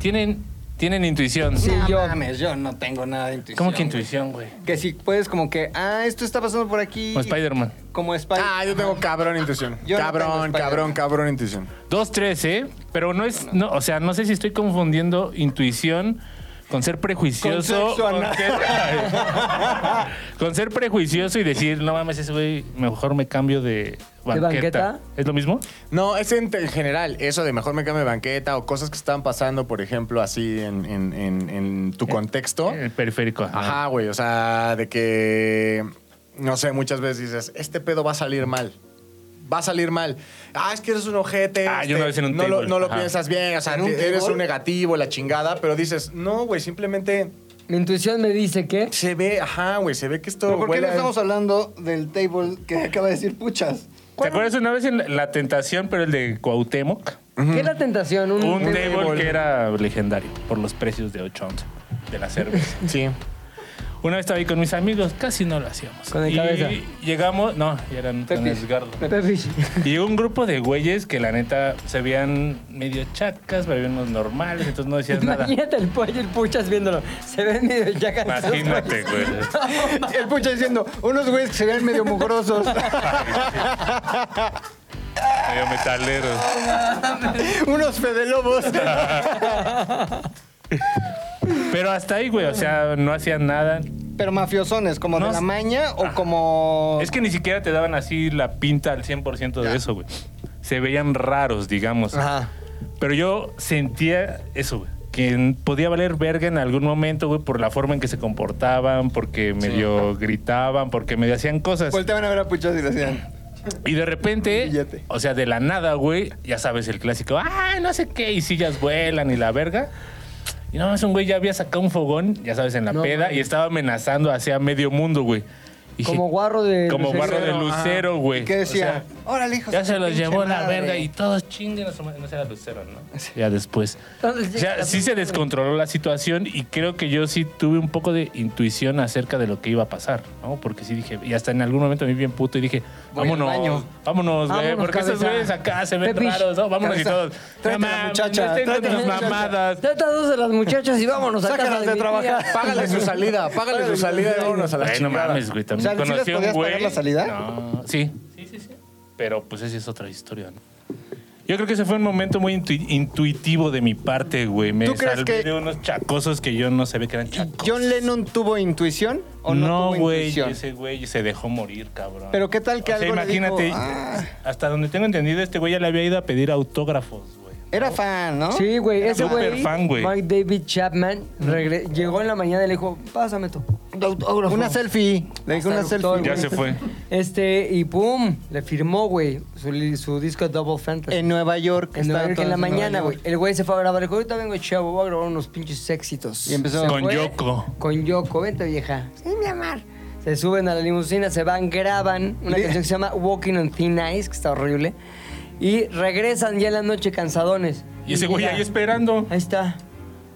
Speaker 4: Tienen, tienen intuición.
Speaker 3: Sí,
Speaker 1: No
Speaker 3: yo.
Speaker 1: mames,
Speaker 3: yo no tengo nada de intuición.
Speaker 4: ¿Cómo que intuición, güey?
Speaker 3: Que si puedes como que, ah, esto está pasando por aquí.
Speaker 4: O Spider-Man.
Speaker 3: Como Spider-Man.
Speaker 2: Ah, yo tengo cabrón intuición.
Speaker 3: Yo no tengo
Speaker 2: cabrón,
Speaker 3: Spider-Man.
Speaker 2: cabrón, cabrón intuición.
Speaker 4: Dos, tres, ¿eh? Pero no es, no, o sea, no sé si estoy confundiendo intuición con ser prejuicioso.
Speaker 3: Con sexo anal.
Speaker 4: ser, (laughs) con ser prejuicioso y decir, no mames, ese güey, mejor me cambio de banqueta.
Speaker 1: banqueta?
Speaker 4: ¿Es lo mismo?
Speaker 2: No, es en, en general, eso de mejor me cambio de banqueta o cosas que están pasando, por ejemplo, así en, en-
Speaker 4: Eh,
Speaker 2: en- en tu contexto.
Speaker 4: El periférico. ajá.
Speaker 2: Ajá, güey, o sea, de que no sé, muchas veces dices, este pedo va a salir mal. Va a salir mal. Ah, es que eres un ojete.
Speaker 4: Ah,
Speaker 2: este,
Speaker 4: yo una vez en un
Speaker 2: no lo,
Speaker 4: table.
Speaker 2: no lo
Speaker 4: Ajá.
Speaker 2: piensas bien, o sea,
Speaker 3: ¿En un
Speaker 2: eres
Speaker 3: table?
Speaker 2: un negativo, la chingada, pero dices, no, güey, simplemente
Speaker 1: Mi intuición me dice que.
Speaker 2: se ve, ajá, güey, se ve que esto.
Speaker 3: Pero ¿por qué
Speaker 2: huele
Speaker 3: no
Speaker 2: a-
Speaker 3: estamos hablando del table que acaba de decir puchas?
Speaker 4: ¿Te acuerdas una vez en La- La Tentación, pero el de Cuauhtémoc?
Speaker 1: ¿Qué es la tentación? Un,
Speaker 4: Un
Speaker 1: un-
Speaker 4: table que era legendario por los precios de 8 onzas de la (laughs) cerveza.
Speaker 2: Sí.
Speaker 4: Una vez estaba ahí con mis amigos, casi no lo hacíamos.
Speaker 1: Con el
Speaker 4: Y
Speaker 1: cabeza.
Speaker 4: Llegamos, no, ya eran con
Speaker 1: Pepe.
Speaker 4: Edgardo.
Speaker 1: Pepe Fish.
Speaker 4: Y llegó un grupo de güeyes que la neta se veían medio chacas, pero habían unos normales, entonces (laughs) no decías nada.
Speaker 1: Imagínate el pollo y el puchas viéndolo. Se ven medio yacas.
Speaker 4: Imagínate, güey.
Speaker 3: (laughs) El pucha diciendo, unos güeyes que se ven medio mugrosos.
Speaker 4: Medio metaleros.
Speaker 3: unos fedelobos.
Speaker 4: Pero hasta ahí, güey, o sea, no hacían nada.
Speaker 3: Pero mafiosones, como
Speaker 4: No
Speaker 3: de la
Speaker 4: sé.
Speaker 3: maña o como...
Speaker 4: Es que ni siquiera te daban así la pinta al 100% de eso, güey. Se veían raros, digamos.
Speaker 3: Ajá.
Speaker 4: Pero yo sentía eso, güey. Que podía valer verga en algún momento, güey, por la forma en que se comportaban, porque medio gritaban, porque medio hacían cosas.
Speaker 3: Volteaban a ver a puchas y le decían,
Speaker 4: y de repente,
Speaker 3: Billete.
Speaker 4: o sea, de la nada, güey, ya sabes el clásico, ah, no sé qué, y sillas vuelan y la verga. Y no, es un güey ya había sacado un fogón, ya sabes, en la
Speaker 1: No,
Speaker 4: peda,
Speaker 1: mames.
Speaker 4: y estaba amenazando hacia medio mundo, güey. Y dije,
Speaker 1: Como guarro de.
Speaker 4: como barro de
Speaker 2: Lucero,
Speaker 4: lucero, güey.
Speaker 3: ¿qué
Speaker 4: O
Speaker 3: decía?
Speaker 4: sea,
Speaker 3: Órale, hijos.
Speaker 4: ya
Speaker 3: de
Speaker 4: se los
Speaker 3: pinche
Speaker 4: llevó la
Speaker 3: madre".
Speaker 4: verga y todos chinguen a su madre. No será Lucero, ¿no? Ya después.
Speaker 1: Entonces,
Speaker 4: O sea, sí se descontroló la situación y creo que yo sí tuve un poco de intuición acerca de lo que iba a pasar, ¿no? Porque sí dije, y hasta en algún momento me vi bien puto y dije,
Speaker 3: Voy al
Speaker 4: vámonos,
Speaker 3: baño.
Speaker 4: vámonos, güey,
Speaker 1: Vámonos,
Speaker 4: porque estos
Speaker 1: cabeza.
Speaker 4: güeyes acá se ven
Speaker 1: Pepish.
Speaker 4: raros, ¿no? Vámonos
Speaker 3: Cabeza.
Speaker 4: y todos.
Speaker 3: Tráete a la
Speaker 4: "Mamá,
Speaker 3: muchacha,
Speaker 4: no estén con
Speaker 3: tráete a la
Speaker 4: sus
Speaker 3: muchacha".
Speaker 4: mamadas.
Speaker 1: Trata dos de las muchachas y vámonos a casa
Speaker 3: Sácalas de
Speaker 1: mi
Speaker 3: trabajar.
Speaker 1: tía.
Speaker 2: Págale su salida, págale su salida y vámonos a la
Speaker 4: Ay, no
Speaker 2: chingada.
Speaker 4: mames, güey,
Speaker 3: O
Speaker 4: también
Speaker 3: sea, ¿sí
Speaker 4: conocí
Speaker 3: les
Speaker 4: a un
Speaker 3: podías
Speaker 4: güey.
Speaker 3: pagar la salida?
Speaker 4: No, sí. Sí, sí, sí. Pero pues esa es otra historia, ¿no? Yo creo que ese fue un momento muy intu- intuitivo de mi parte, güey. Me
Speaker 3: ¿Tú crees
Speaker 4: salvé
Speaker 3: que-
Speaker 4: de unos chacosos que yo no sabía que eran chacos.
Speaker 3: ¿John Lennon tuvo intuición o no,
Speaker 4: no,
Speaker 3: tuvo
Speaker 4: güey,
Speaker 3: intuición?
Speaker 4: ese güey se dejó morir, cabrón.
Speaker 3: Pero ¿qué tal que
Speaker 4: O sea,
Speaker 3: algo le
Speaker 4: imagínate,
Speaker 3: dijo, "Ah"?
Speaker 4: hasta donde tengo entendido, este güey ya le había ido a pedir autógrafos, güey.
Speaker 3: Era fan, ¿no?
Speaker 1: Sí, güey,
Speaker 4: Oh. Era
Speaker 1: ese
Speaker 4: súper
Speaker 1: güey,
Speaker 4: fan, güey.
Speaker 1: Mark David Chapman, regre- llegó en la mañana y le dijo, pásame tú.
Speaker 3: Una selfie. Le dije
Speaker 1: Hasta
Speaker 3: una
Speaker 1: el doctor,
Speaker 3: selfie.
Speaker 4: Ya se fue.
Speaker 1: (laughs) Este, y pum, le firmó, güey, su, li- su disco Double Fantasy.
Speaker 3: En Nueva York.
Speaker 1: En, Nueva
Speaker 3: estaba
Speaker 1: York, en
Speaker 3: todo
Speaker 1: la
Speaker 3: en Nueva
Speaker 1: mañana,
Speaker 3: York.
Speaker 1: güey. El güey se fue a grabar, le dijo, ahorita vengo chavo, voy a grabar unos pinches éxitos.
Speaker 3: Y empezó-
Speaker 1: Se
Speaker 4: Con
Speaker 1: fue
Speaker 4: Yoko.
Speaker 1: Con Yoko, vente vieja. Sí, mi amor. Se suben a la limusina, se van, graban una canción que se llama Walking on Thin Ice, que está horrible. Y regresan ya en la noche cansadones.
Speaker 4: Y ese güey
Speaker 1: llega-
Speaker 4: ahí esperando.
Speaker 1: Ahí está.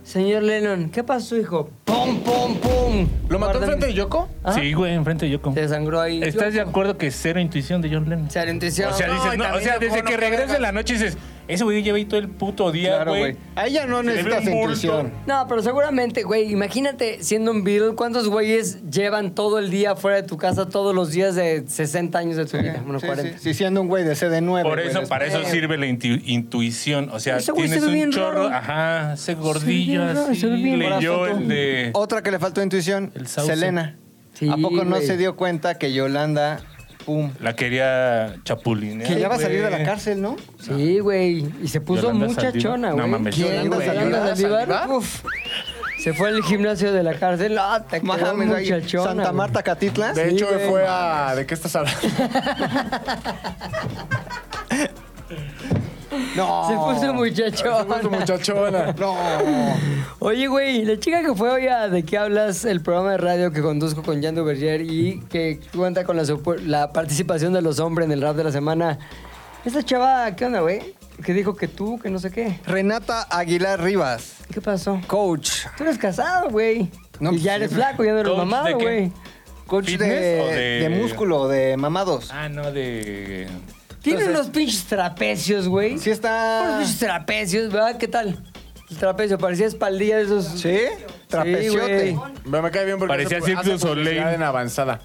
Speaker 1: Señor Lennon, ¿qué pasó, hijo? ¡Pum, pum, pum!
Speaker 2: ¿Lo mató
Speaker 1: Guardan-
Speaker 2: enfrente de Yoko?
Speaker 1: Ajá.
Speaker 4: Sí, güey, enfrente de Yoko.
Speaker 1: Ah. Se sangró ahí.
Speaker 4: ¿Estás de acuerdo que cero intuición de John Lennon?
Speaker 1: O sea, la intuición-
Speaker 4: O sea,
Speaker 1: No,
Speaker 4: dices,
Speaker 1: y
Speaker 4: no, o
Speaker 1: también
Speaker 4: sea
Speaker 1: yo
Speaker 4: desde
Speaker 1: como
Speaker 4: que
Speaker 1: no
Speaker 4: regresa
Speaker 1: vergas.
Speaker 4: en la noche dices, ese güey lleva ahí todo el puto día,
Speaker 3: Claro,
Speaker 4: güey.
Speaker 3: güey. Ahí ya no
Speaker 4: Se le ve
Speaker 3: necesitas
Speaker 4: un bulto.
Speaker 3: intuición.
Speaker 1: No, pero seguramente, güey, imagínate siendo un Beatle, ¿cuántos güeyes llevan todo el día fuera de tu casa todos los días de 60 años de tu vida? Bueno,
Speaker 3: Sí,
Speaker 1: 40.
Speaker 3: sí, sí, siendo un güey de CD9.
Speaker 4: Por
Speaker 3: güey,
Speaker 4: eso,
Speaker 3: después.
Speaker 4: para eso sirve la intu- intuición. O sea,
Speaker 1: Ese güey
Speaker 4: tienes
Speaker 1: se ve bien
Speaker 4: un chorro,
Speaker 1: raro.
Speaker 4: ajá, ese
Speaker 1: bien
Speaker 4: gordillo
Speaker 1: raro,
Speaker 4: así,
Speaker 1: se ve bien Oh.
Speaker 4: leyó
Speaker 1: brazote.
Speaker 4: el de...
Speaker 3: Otra que le faltó intuición,
Speaker 4: El sauce.
Speaker 3: Selena.
Speaker 1: Sí,
Speaker 3: ¿A poco no
Speaker 1: güey.
Speaker 3: se dio cuenta que Yolanda, pum,
Speaker 4: La quería chapulinear,
Speaker 3: que ya va a
Speaker 4: güey.
Speaker 3: salir de la cárcel, ¿no?
Speaker 1: Sí, güey. Y se puso
Speaker 4: Yolanda
Speaker 1: mucha
Speaker 4: Saldívar.
Speaker 1: chona,
Speaker 4: No
Speaker 1: güey.
Speaker 4: mames,
Speaker 1: Sí,
Speaker 3: Yolanda
Speaker 1: güey,
Speaker 3: Saldívar.
Speaker 1: Yolanda
Speaker 2: Saldívar.
Speaker 1: uf. Se fue al gimnasio de la cárcel. Ah, te quedó
Speaker 3: Mames, ahí,
Speaker 1: mucha chona,
Speaker 3: Santa
Speaker 1: güey.
Speaker 3: Marta, Catitla.
Speaker 2: De
Speaker 1: Sí,
Speaker 2: hecho,
Speaker 1: güey.
Speaker 2: fue a. ¿De qué estás hablando?
Speaker 3: No.
Speaker 1: Se
Speaker 3: Ah,
Speaker 1: puso mucha chona.
Speaker 2: Tu muchachona.
Speaker 3: No.
Speaker 1: Oye, güey, la chica que fue hoy a De qué hablas, el programa de radio que conduzco con Yandu Berger y que cuenta con la, sopo- la participación de los hombres en el rap de la semana. Esa chava, ¿qué onda, güey? Que dijo que tú, que no sé qué.
Speaker 3: Renata Aguilar Rivas,
Speaker 1: ¿Qué pasó?
Speaker 3: coach.
Speaker 1: Tú eres casado, güey.
Speaker 3: No,
Speaker 1: y ya
Speaker 3: pues,
Speaker 1: eres
Speaker 3: sí.
Speaker 1: flaco, ya no eres
Speaker 4: ¿Coach de
Speaker 1: mamado,
Speaker 4: qué?
Speaker 1: güey.
Speaker 3: Coach de,
Speaker 4: ¿Fitness o de-
Speaker 3: de músculo, de mamados.
Speaker 4: Ah, no, de...
Speaker 1: Tiene
Speaker 3: Entonces-
Speaker 1: unos pinches trapecios, güey.
Speaker 3: Sí
Speaker 1: Unos
Speaker 3: está...
Speaker 1: pinches trapecios, ¿verdad? ¿Qué tal? El trapecio, parecía espaldilla de esos.
Speaker 3: ¿Sí? Trapeciote.
Speaker 1: güey.
Speaker 2: Me, me cae bien porque
Speaker 4: Parecía
Speaker 2: hace-
Speaker 4: Cirque
Speaker 2: hace
Speaker 4: du Soleil.
Speaker 2: publicidad en avanzada.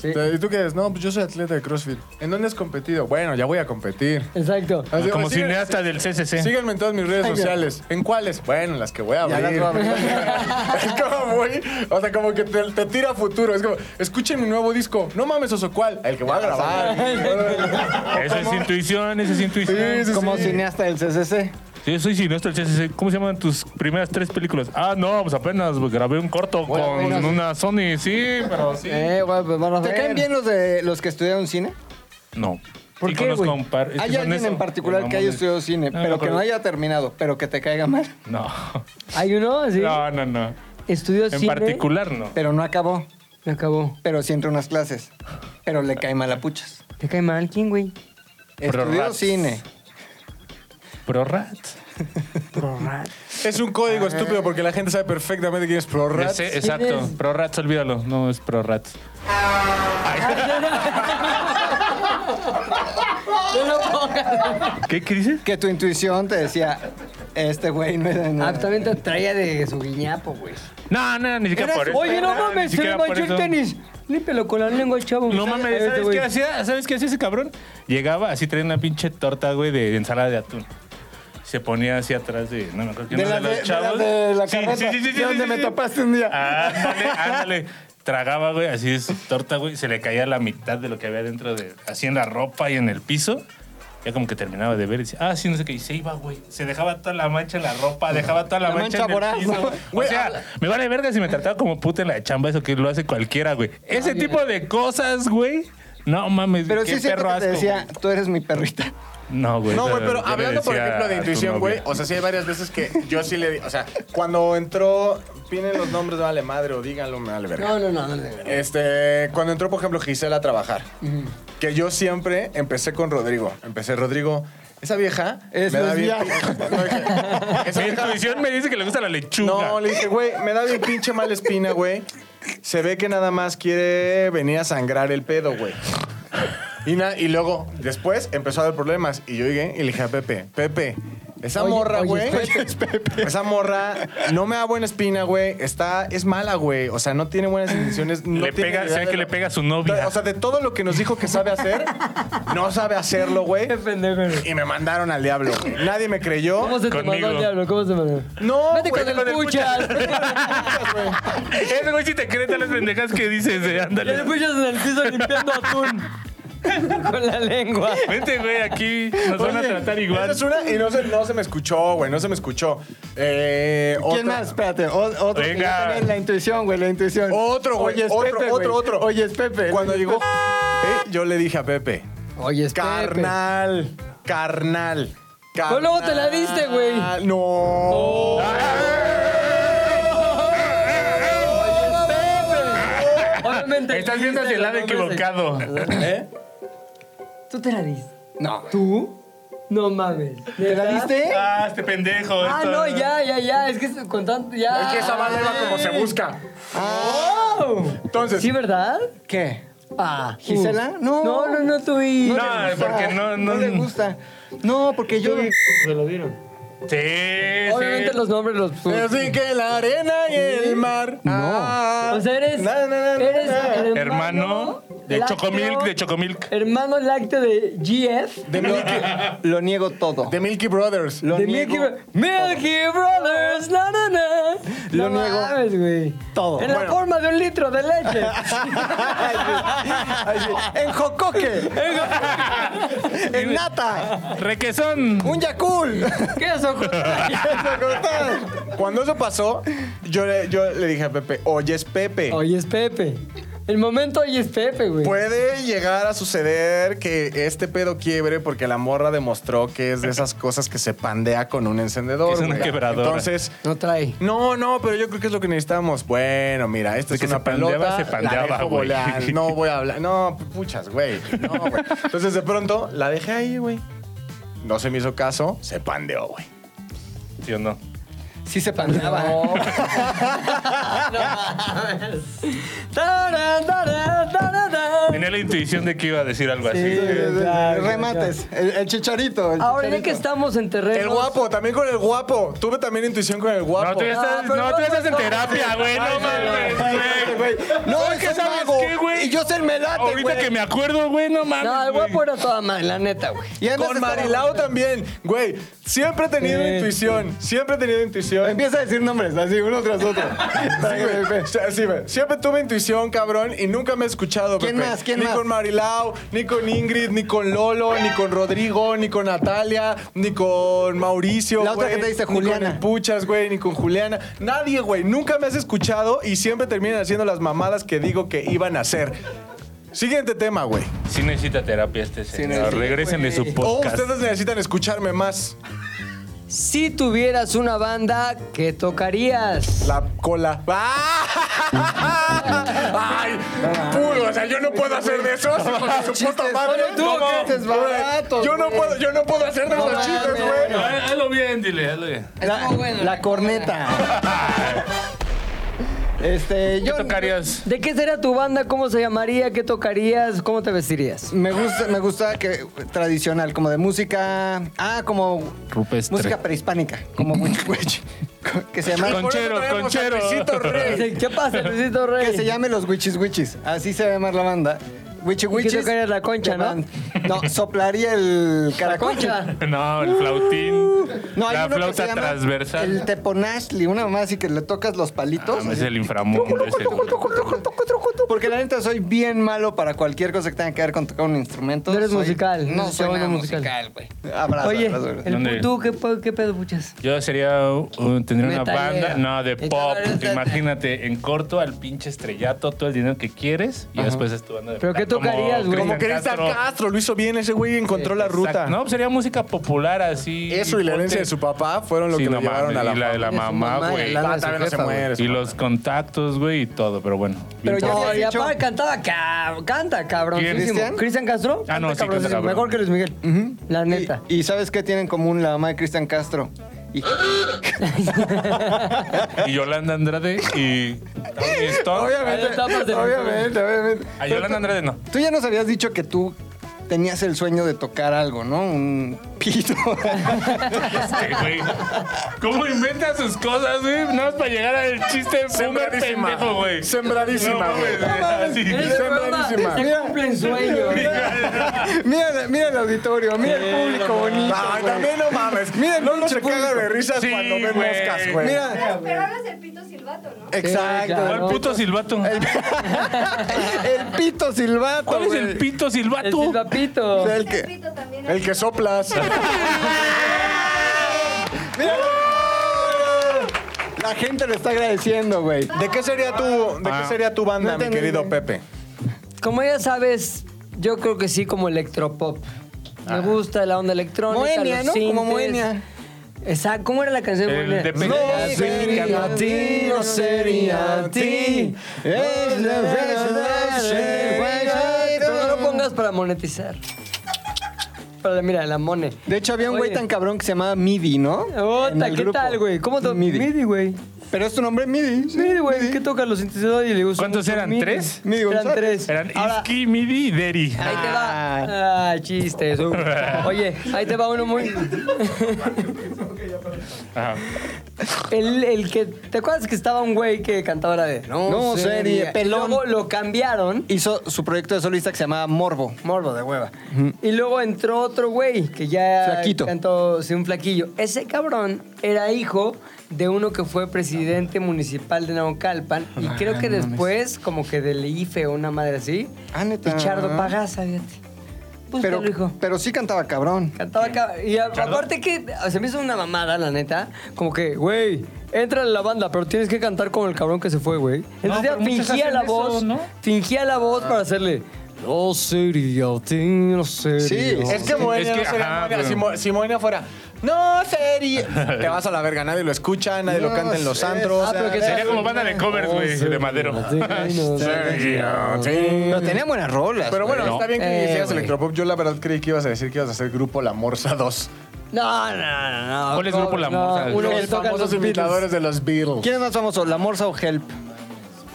Speaker 1: Sí.
Speaker 2: Entonces, ¿Y tú qué eres? No, pues yo soy atleta de CrossFit. ¿En dónde has competido? Bueno, ya voy a competir.
Speaker 1: Exacto.
Speaker 2: Así-
Speaker 4: Ah, Como
Speaker 2: sigue-
Speaker 4: cineasta del CCC.
Speaker 2: Síganme en todas mis redes sociales. ¿En cuáles? Bueno, en las que voy a
Speaker 3: Ya
Speaker 2: abrir.
Speaker 3: las
Speaker 2: (laughs)
Speaker 3: voy
Speaker 2: como muy, o sea, como que te, te tira a futuro. Es como, escuchen mi nuevo disco. No mames, oso, ¿cuál? El que voy a grabar.
Speaker 4: Eso es intuición, eso es intuición.
Speaker 2: Sí, sí,
Speaker 3: Como
Speaker 2: sí.
Speaker 3: cineasta del CCC.
Speaker 4: Yo soy siniestro. el chef dice, ¿Cómo se llaman tus primeras tres películas? Ah, no, pues apenas grabé un corto
Speaker 3: Bueno,
Speaker 4: con
Speaker 3: apenas.
Speaker 4: una Sony, sí, pero sí.
Speaker 1: Eh, güey, pues van a
Speaker 3: ¿Te
Speaker 1: ver.
Speaker 3: caen bien los de los que estudiaron cine?
Speaker 4: No.
Speaker 1: ¿Por
Speaker 4: Sí
Speaker 1: qué,
Speaker 4: conozco
Speaker 1: güey?
Speaker 4: un par- es que
Speaker 3: Hay
Speaker 4: Este, son
Speaker 3: alguien
Speaker 4: eso,
Speaker 3: en particular
Speaker 4: los
Speaker 3: que haya
Speaker 4: mamones.
Speaker 3: estudiado cine,
Speaker 4: No,
Speaker 3: pero
Speaker 4: no,
Speaker 3: que no haya terminado, pero que te caiga mal,
Speaker 4: No.
Speaker 1: Hay uno, así.
Speaker 4: No, no, no.
Speaker 1: Estudió
Speaker 4: En
Speaker 1: cine.
Speaker 4: particular, no.
Speaker 3: pero no acabó,
Speaker 1: Me acabó.
Speaker 3: pero sí entra a unas clases, pero le cae mal a puchas.
Speaker 1: ¿Te cae mal quién, güey?
Speaker 4: Pero
Speaker 3: Estudió
Speaker 4: rats.
Speaker 3: cine.
Speaker 4: Pro Rat.
Speaker 1: Prorrat.
Speaker 2: (laughs) Es un código estúpido porque la gente sabe perfectamente quién es ProRat.
Speaker 4: Ese- exacto.
Speaker 1: es?
Speaker 4: Pro Rats, olvídalo. No es Pro Rats. ¿Qué, ¿Qué dices?
Speaker 3: Que tu intuición te decía, este güey no es...
Speaker 1: Ah, también te traía de su guiñapo, güey.
Speaker 4: No, no, ni siquiera por eso.
Speaker 1: Oye, no
Speaker 4: Ni
Speaker 1: mames, se
Speaker 4: siquiera
Speaker 1: le
Speaker 4: por
Speaker 1: manchó el
Speaker 4: eso.
Speaker 1: tenis. Límpelo con la lengua, chavo.
Speaker 4: No mames,
Speaker 1: Este,
Speaker 4: ¿sabes
Speaker 1: güey.
Speaker 4: qué hacía? ¿Sabes qué hacía ese cabrón? Llegaba, así traía una pinche torta, güey, de ensalada de atún. Se ponía así atrás de, no me acuerdo quién
Speaker 3: De
Speaker 4: era
Speaker 3: la
Speaker 4: de
Speaker 3: de,
Speaker 4: los
Speaker 3: de la
Speaker 4: chavos.
Speaker 3: de la
Speaker 4: Sí,
Speaker 3: carreta,
Speaker 4: sí, sí, sí, sí,
Speaker 3: de donde
Speaker 4: sí,
Speaker 3: me
Speaker 4: sí. Ah,
Speaker 3: topaste un día.
Speaker 4: Ándale, ándale. Tragaba, güey, así es torta, güey. Se le caía la mitad de lo que había dentro de. Así en la ropa y en el piso. Ya como que terminaba de ver y decía, ah, sí, no sé qué. Y se iba, güey. Se dejaba toda la mancha en la ropa, dejaba toda la,
Speaker 3: La mancha
Speaker 4: mancha, en el
Speaker 3: voraz,
Speaker 4: piso,
Speaker 3: ¿no?
Speaker 4: güey. O sea, me vale verga si me trataba como puta en la chamba, eso que lo hace cualquiera, güey. Ese tipo de cosas, güey. No mames,
Speaker 3: Pero
Speaker 4: qué
Speaker 3: sí siento
Speaker 4: perro
Speaker 3: que te
Speaker 4: asco,
Speaker 3: decía,
Speaker 4: güey.
Speaker 3: tú eres mi perrita.
Speaker 4: No, güey.
Speaker 2: No, güey,
Speaker 4: Pues, eh, yo
Speaker 2: pero
Speaker 4: le
Speaker 2: hablando, por
Speaker 4: decía
Speaker 2: ejemplo, de
Speaker 4: a tu
Speaker 2: intuición, güey.
Speaker 4: novia.
Speaker 2: O sea, sí hay varias veces que yo sí le. di- O sea, cuando entró. Pinen los nombres, vale madre, o díganlo, me vale verga.
Speaker 1: No, no, no, no. no.
Speaker 2: Este. Cuando entró, por ejemplo, Gisela a trabajar. Que yo siempre empecé con Rodrigo. Empecé, Rodrigo. Esa vieja.
Speaker 3: Es
Speaker 2: bien.
Speaker 3: lesbiana.
Speaker 2: No, dije, esa
Speaker 4: Mi
Speaker 2: vieja-
Speaker 4: intuición me dice que le gusta la lechuga.
Speaker 2: No, le dije, güey, me da bien pinche mala espina, güey. Se ve que nada más quiere venir a sangrar el pedo, güey. Y, na- y luego, después, empezó a haber problemas. Y yo llegué y le dije a Pepe, Pepe, esa
Speaker 1: Oye,
Speaker 2: morra,
Speaker 1: oye,
Speaker 2: güey.
Speaker 1: Pepe.
Speaker 2: Esa morra no me da buena espina, güey. Está, es mala, güey. O sea, no tiene buenas intenciones. No
Speaker 4: Le
Speaker 2: tiene
Speaker 4: pega-
Speaker 2: idea
Speaker 4: se ve
Speaker 2: de
Speaker 4: que
Speaker 2: lo-
Speaker 4: le pega a su novia.
Speaker 2: O sea, de todo lo que nos dijo que sabe hacer, no sabe hacerlo, güey.
Speaker 1: Qué pendejo, güey.
Speaker 2: Y me mandaron al diablo, güey. Nadie me creyó.
Speaker 1: ¿Cómo se te
Speaker 4: Conmigo.
Speaker 1: mandó el diablo? ¿Cómo se mandó?
Speaker 2: No,
Speaker 1: Vete
Speaker 2: güey,
Speaker 1: con el
Speaker 2: con el
Speaker 1: puchas. Vete con
Speaker 4: Ese güey Eh, si te cree todas las pendejas que dices, eh,
Speaker 1: el
Speaker 4: ándale.
Speaker 1: puchas en el piso limpiando atún.
Speaker 4: (laughs)
Speaker 1: con la lengua.
Speaker 4: Vente, güey, aquí nos van a
Speaker 2: Oye,
Speaker 4: tratar
Speaker 2: esa
Speaker 4: igual.
Speaker 2: es una y no se, no se me escuchó, güey. No se me escuchó. Eh,
Speaker 3: ¿Quién
Speaker 2: otra-
Speaker 3: más? Espérate. o- otro. que
Speaker 4: Venga.
Speaker 3: yo también, La intuición, güey, la intuición.
Speaker 2: Otro, güey.
Speaker 3: Oye, es
Speaker 2: Otro,
Speaker 3: Pepe,
Speaker 2: otro,
Speaker 3: güey.
Speaker 2: otro.
Speaker 3: Oye, es Pepe.
Speaker 2: Cuando
Speaker 3: Oye, es
Speaker 2: llegó,
Speaker 3: Pepe.
Speaker 2: eh, yo le dije a Pepe,
Speaker 1: Oye, es
Speaker 2: carnal, carnal, carnal.
Speaker 1: luego te la diste, güey.
Speaker 2: No.
Speaker 4: Oh.
Speaker 1: Obviamente.
Speaker 4: Estás viendo hacia el lado equivocado.
Speaker 2: ¿Eh?
Speaker 1: Tú te la diste.
Speaker 3: No.
Speaker 1: ¿Tú? No mames.
Speaker 3: ¿Te la
Speaker 1: ¿Neta?
Speaker 3: diste?
Speaker 4: Ah, este pendejo.
Speaker 1: Ah,
Speaker 4: esto-
Speaker 1: no, ya, ya, ya. Es que con tanto. Ya.
Speaker 2: Es que esa bala iba como se busca.
Speaker 1: ¡Wow!
Speaker 2: Entonces,
Speaker 1: Oh. ¿Sí, verdad?
Speaker 3: ¿Qué?
Speaker 1: Ah.
Speaker 3: ¿Gisela?
Speaker 1: uh.
Speaker 3: No.
Speaker 1: No, no, no, tú y.
Speaker 4: No.
Speaker 3: le gusta,
Speaker 4: porque no- no-
Speaker 3: le gusta. No, porque yo.
Speaker 1: Se lo dieron.
Speaker 4: Sí,
Speaker 1: Obviamente
Speaker 4: sí.
Speaker 1: los nombres los.
Speaker 2: así que la arena y el mar. Ah, No.
Speaker 1: O sea, Pues eres.
Speaker 2: Na, na, na, na,
Speaker 1: eres
Speaker 2: na.
Speaker 4: Hermano de
Speaker 1: lácteo-
Speaker 4: Chocomilk, de Chocomilk.
Speaker 1: Hermano lácteo de GF.
Speaker 2: De Milky,
Speaker 3: Lo niego todo.
Speaker 2: de Milky Brothers. (laughs)
Speaker 3: Lo
Speaker 1: de
Speaker 3: niego.
Speaker 1: Milky, Milky Brothers. Na, na, na.
Speaker 3: Lo
Speaker 1: No
Speaker 3: niego.
Speaker 1: mames, güey.
Speaker 3: Todo.
Speaker 1: En la
Speaker 2: Bueno.
Speaker 1: forma de un litro de leche.
Speaker 3: Ay, sí. en Jocoque. en Nata.
Speaker 4: Requesón.
Speaker 3: Un Yakul.
Speaker 1: ¿Qué es eso?
Speaker 2: Cuando eso pasó, yo le, yo le dije a Pepe, oye, es Pepe.
Speaker 1: Oye, es Pepe. El momento hoy es Pepe, güey.
Speaker 2: Puede llegar a suceder que este pedo quiebre porque la morra demostró que es de esas cosas que se pandea con un encendedor.
Speaker 4: Es una
Speaker 2: güey.
Speaker 4: quebradora.
Speaker 2: Entonces,
Speaker 1: No trae.
Speaker 2: no, no, pero yo creo que es lo que necesitamos. Bueno, mira, esto
Speaker 4: De
Speaker 2: es
Speaker 4: que
Speaker 2: una
Speaker 4: se pandeaba,
Speaker 2: pelota.
Speaker 4: se
Speaker 2: la
Speaker 4: pandeaba,
Speaker 2: dejo
Speaker 4: güey. (laughs)
Speaker 2: volar, No voy a hablar. No, puchas, güey. No, güey. Entonces, de pronto, la dejé ahí, güey. No se me hizo caso, se pandeó, güey.
Speaker 4: ¿Sí o no?
Speaker 3: Sí se pandeaba.
Speaker 1: No. mames. Tarán, tarán, tarán, tarán.
Speaker 4: Tenía la intuición de que iba a decir algo
Speaker 1: Sí.
Speaker 4: así.
Speaker 1: claro,
Speaker 3: Remates. El, el chicharito. el
Speaker 1: Ahora ya
Speaker 3: chicharito.
Speaker 1: que estamos en terreno.
Speaker 2: El guapo, también con el guapo. Tuve también intuición con el guapo.
Speaker 4: No, tú ya
Speaker 1: Ah,
Speaker 4: estás,
Speaker 1: pero
Speaker 4: no, tú ya
Speaker 1: no,
Speaker 4: estás en
Speaker 1: no.
Speaker 4: terapia, güey. No mames, güey.
Speaker 3: este Güey, No, es que
Speaker 4: ¿sabes qué, güey?
Speaker 3: Y yo soy el melate,
Speaker 4: Ahorita
Speaker 3: güey.
Speaker 4: que me acuerdo, güey, no mames.
Speaker 1: No, el
Speaker 4: güey.
Speaker 1: guapo era toda madre, la neta, güey.
Speaker 3: Y andas
Speaker 2: Con
Speaker 3: de-
Speaker 2: Marilao también, güey. Siempre he tenido
Speaker 1: Sí,
Speaker 2: intuición. Siempre he tenido intuición.
Speaker 3: Empieza a decir nombres, así, uno tras otro.
Speaker 2: Sí, güey. Sí, güey. Siempre tuve intuición, cabrón, y nunca me he escuchado.
Speaker 3: ¿Quién
Speaker 2: Pepe.
Speaker 3: más? ¿Quién quién
Speaker 2: ni
Speaker 3: más?
Speaker 2: con Marilau, ni con Ingrid, ni con Lolo, ni con Rodrigo, ni con Natalia, ni con Mauricio.
Speaker 3: La otra
Speaker 2: güey,
Speaker 3: que te dice
Speaker 2: Ni con el
Speaker 3: Juliana.
Speaker 2: Puchas, güey, ni con Juliana. Nadie, güey. Nunca me has escuchado y siempre terminan haciendo las mamadas que digo que iban a hacer. Siguiente tema, güey.
Speaker 4: Sí necesita terapia este señor.
Speaker 3: necesita,
Speaker 4: Regresen de su
Speaker 2: O
Speaker 4: podcast.
Speaker 2: ustedes necesitan escucharme más.
Speaker 1: Si tuvieras una banda, ¿qué tocarías?
Speaker 2: La cola. (laughs) ¡Ah! ¡Ay! Puro, o sea, yo no puedo hacer de esos. hijo de su puta madre.
Speaker 3: tú,
Speaker 2: ¿Cómo?
Speaker 3: chistes baratos,
Speaker 2: Yo no
Speaker 3: güey.
Speaker 2: puedo, yo no puedo hacer de
Speaker 3: No
Speaker 2: esos chistes,
Speaker 3: mames.
Speaker 2: güey.
Speaker 4: Ah, Hazlo bien, dile, hazlo bien.
Speaker 3: La, la corneta. este,
Speaker 4: ¿Qué
Speaker 3: yo
Speaker 4: tocarías?
Speaker 1: ¿De qué sería tu banda? ¿Cómo se llamaría? ¿Qué tocarías? ¿Cómo te vestirías?
Speaker 3: me gusta, me gusta que tradicional, como de música, ah, como
Speaker 4: Rupestre.
Speaker 3: música prehispánica,
Speaker 4: (laughs)
Speaker 3: como huichihuichi, (laughs) que se llama
Speaker 2: Por eso
Speaker 4: Conchero,
Speaker 2: traemos
Speaker 4: conchero.
Speaker 2: a Luisito Rey.
Speaker 1: ¿Qué pasa, Luisito Rey?
Speaker 3: que se llame los huichis así se va a llamar la banda. Huichihuichis.
Speaker 1: ¿Y qué tocarías, la concha,
Speaker 3: de
Speaker 1: no?
Speaker 3: band- No, soplaría el
Speaker 1: La
Speaker 3: caracol.
Speaker 1: concha.
Speaker 4: No, el flautín.
Speaker 3: No, hay
Speaker 4: la
Speaker 3: uno que
Speaker 4: flauta
Speaker 3: se llama
Speaker 4: transversal.
Speaker 3: El teponashli, una mamá así que le tocas los palitos.
Speaker 4: Ah, es
Speaker 3: así.
Speaker 4: el inframundo ese, güey.
Speaker 3: Porque la neta soy bien malo para cualquier cosa que tenga que ver con tocar un instrumento.
Speaker 1: No eres
Speaker 3: Soy-
Speaker 1: musical,
Speaker 3: No
Speaker 1: no
Speaker 3: soy
Speaker 1: te
Speaker 3: nada
Speaker 1: vuelves musical.
Speaker 3: musical, güey. Abrazo,
Speaker 1: Oye,
Speaker 3: abrazo, abrazo.
Speaker 1: el
Speaker 4: ¿Dónde?
Speaker 1: ¿tú qué, pe- qué pedo puchas?
Speaker 4: Yo sería un- tendría una
Speaker 1: Metalera.
Speaker 4: banda, no, de
Speaker 1: Entonces,
Speaker 4: pop.
Speaker 1: ahorita-
Speaker 4: Imagínate, en corto al pinche estrellato, todo el dinero que quieres y después es tu banda de
Speaker 1: ¿Pero qué
Speaker 4: (laughs) como
Speaker 1: tocarías, güey?
Speaker 2: Como
Speaker 4: Cristian
Speaker 2: Cristian
Speaker 4: Castro.
Speaker 2: Castro, lo hizo bien ese güey, encontró la ruta.
Speaker 4: Exacto. No, sería música popular así.
Speaker 2: Eso y la herencia de su papá fueron lo
Speaker 4: Sí,
Speaker 2: que lo
Speaker 4: no
Speaker 2: llevaron
Speaker 4: mames,
Speaker 2: a la,
Speaker 4: y la de la
Speaker 1: De su
Speaker 4: mamá,
Speaker 1: mamá y la-
Speaker 4: güey. Y,
Speaker 1: de su
Speaker 2: también no se
Speaker 1: jefa,
Speaker 2: muere. su
Speaker 4: los contactos, güey, y todo, pero bueno.
Speaker 1: Pero
Speaker 4: Bien
Speaker 1: ya
Speaker 3: No,
Speaker 1: no,
Speaker 3: habías
Speaker 1: y
Speaker 3: dicho-
Speaker 1: aparte cantaba, ca- canta cabroncísimo.
Speaker 3: ¿Cristian?
Speaker 1: ¿Cristian Castro?
Speaker 4: Ah, no, sí, canta
Speaker 1: cabroncísimo,
Speaker 4: cabrón.
Speaker 1: Mejor que Luis Miguel. La neta.
Speaker 3: Y, y ¿sabes qué tienen en común la mamá de Cristian Castro? Y-
Speaker 4: Y Yolanda Andrade y Tony Stone.
Speaker 1: Hay etapas de-
Speaker 3: obviamente, obviamente.
Speaker 4: A Yolanda Andrade no.
Speaker 3: Tú ya nos habías dicho que tú tenías el sueño de tocar algo, ¿no? Un pito. (laughs)
Speaker 4: Este, güey. ¿Cómo inventa sus cosas, güey? Nada más para llegar al chiste boomer
Speaker 2: Sembradísima.
Speaker 4: pendejo, güey.
Speaker 2: Sembradísima,
Speaker 4: No
Speaker 2: güey.
Speaker 4: mames, güey. Así.
Speaker 1: En este programa Se
Speaker 3: Mira.
Speaker 1: cumplen sueños.
Speaker 3: mira, la- mira el auditorio, mira el público bonito.
Speaker 2: Ay,
Speaker 3: güey.
Speaker 2: también no mames.
Speaker 3: Mira
Speaker 2: Mira,
Speaker 3: el
Speaker 2: no se
Speaker 3: pinche
Speaker 2: caga
Speaker 3: público.
Speaker 2: de risas
Speaker 4: Sí,
Speaker 2: cuando ve
Speaker 4: güey.
Speaker 2: moscas, güey.
Speaker 3: Mira,
Speaker 5: Pero hablas del pito silbato, ¿no?
Speaker 1: Sí,
Speaker 3: exacto.
Speaker 1: claro.
Speaker 4: ¿Cuál puto silbato?
Speaker 3: El pito silbato.
Speaker 4: ¿Cuál es
Speaker 3: güey.
Speaker 4: el pito
Speaker 1: El
Speaker 4: silbato?
Speaker 1: silbapito.
Speaker 3: El
Speaker 5: El
Speaker 3: que.
Speaker 5: pito también.
Speaker 2: El que soplas.
Speaker 3: Mira. La gente lo está agradeciendo, güey.
Speaker 2: ¿De qué sería tu, de
Speaker 4: Ah.
Speaker 2: qué sería tu banda,
Speaker 3: No
Speaker 2: mi
Speaker 3: entendí
Speaker 2: querido
Speaker 3: bien.
Speaker 2: Pepe?
Speaker 1: Como ya sabes, yo creo que sí, como electropop. Me gusta la onda electrónica.
Speaker 3: Ah. Moenia,
Speaker 1: los
Speaker 3: ¿no? Como
Speaker 1: sintes.
Speaker 3: Moenia.
Speaker 1: Exacto. ¿Cómo era la canción? de
Speaker 4: El
Speaker 1: Moenia?
Speaker 4: de
Speaker 3: No
Speaker 4: Pendeja Sueña,
Speaker 3: sería
Speaker 4: ¿no?
Speaker 3: ti, no sería ti. Es la verdad,
Speaker 1: Pero no lo pongas para monetizar. Para, mira, la mone.
Speaker 3: De hecho, había un güey
Speaker 1: Oye.
Speaker 3: tan cabrón que se llamaba Midi, ¿no? En
Speaker 1: Ota,
Speaker 3: el
Speaker 1: ¿qué
Speaker 3: grupo.
Speaker 1: tal, güey? ¿Cómo te
Speaker 3: Midi.
Speaker 1: Midi, güey.
Speaker 3: Pero es tu nombre Midi. sí.
Speaker 1: Midi, güey. ¿Qué toca los sintetizadores? Y le gusta
Speaker 4: ¿Cuántos
Speaker 1: mucho
Speaker 4: eran?
Speaker 1: Midi.
Speaker 4: ¿Tres?
Speaker 3: Midi
Speaker 1: Eran
Speaker 3: González.
Speaker 1: tres.
Speaker 4: Eran
Speaker 1: Ahora,
Speaker 4: Iski, Midi y Deri.
Speaker 1: Ahí te va. Ah, chistes. uh. Oye, ahí te va uno muy. (laughs)
Speaker 4: Ajá.
Speaker 1: El, el que. ¿Te acuerdas que estaba un güey que cantaba la de.
Speaker 3: No sería pelón.
Speaker 1: Y luego lo cambiaron.
Speaker 3: Hizo su proyecto de solista que se llamaba Morbo.
Speaker 1: Morbo de hueva. Y luego entró otro güey que ya
Speaker 3: Flaquito.
Speaker 1: cantó sí, un flaquillo. Ese cabrón era hijo de uno que fue presidente municipal de Naucalpan y creo que
Speaker 3: Ah, no mames.
Speaker 1: después como que del IFE o una madre así.
Speaker 3: Ah, neta.
Speaker 1: Pichardo Pagasa, fíjate. Búscalo,
Speaker 3: Pero,
Speaker 1: hijo.
Speaker 3: pero sí cantaba cabrón.
Speaker 1: Cantaba acá. Y a- aparte que se me hizo una mamada, la neta. Como que, güey, entra en la banda, pero tienes que cantar como el cabrón que se fue, güey. Entonces ya
Speaker 4: pero muchos
Speaker 1: fingía
Speaker 4: hacen
Speaker 1: la
Speaker 4: eso,
Speaker 1: voz.
Speaker 4: ¿no?
Speaker 1: Fingía la voz para hacerle. No sería, ti, no sería.
Speaker 3: Sí,
Speaker 2: (laughs) Es que Moenia
Speaker 4: Es que,
Speaker 2: no sería
Speaker 4: ajá,
Speaker 2: Moenia.
Speaker 4: pero-
Speaker 2: Si, Mo- si Moenia fuera, no
Speaker 4: (laughs)
Speaker 2: sería. Te vas a la verga, nadie lo escucha, nadie lo
Speaker 3: No
Speaker 2: canta en los
Speaker 3: sé.
Speaker 2: antros. eh,
Speaker 1: Ah, pero que
Speaker 4: Sería como banda de
Speaker 1: Oh,
Speaker 4: covers, güey, de madero. (laughs)
Speaker 1: pues,
Speaker 3: Pero tenía buenas rolas.
Speaker 2: Pero bueno,
Speaker 4: No.
Speaker 2: está bien que
Speaker 1: Eh,
Speaker 2: hicieras
Speaker 1: güey.
Speaker 2: electropop. Yo la verdad creí que ibas a decir que ibas a hacer grupo La Morsa 2.
Speaker 1: No, no, no, no.
Speaker 4: ¿Cuál es Grupo La Morsa?
Speaker 1: uno que
Speaker 2: Los
Speaker 1: toca los
Speaker 2: famosos imitadores de los Beatles.
Speaker 3: ¿Quién es más famoso, La Morsa o Help?
Speaker 1: Beatles.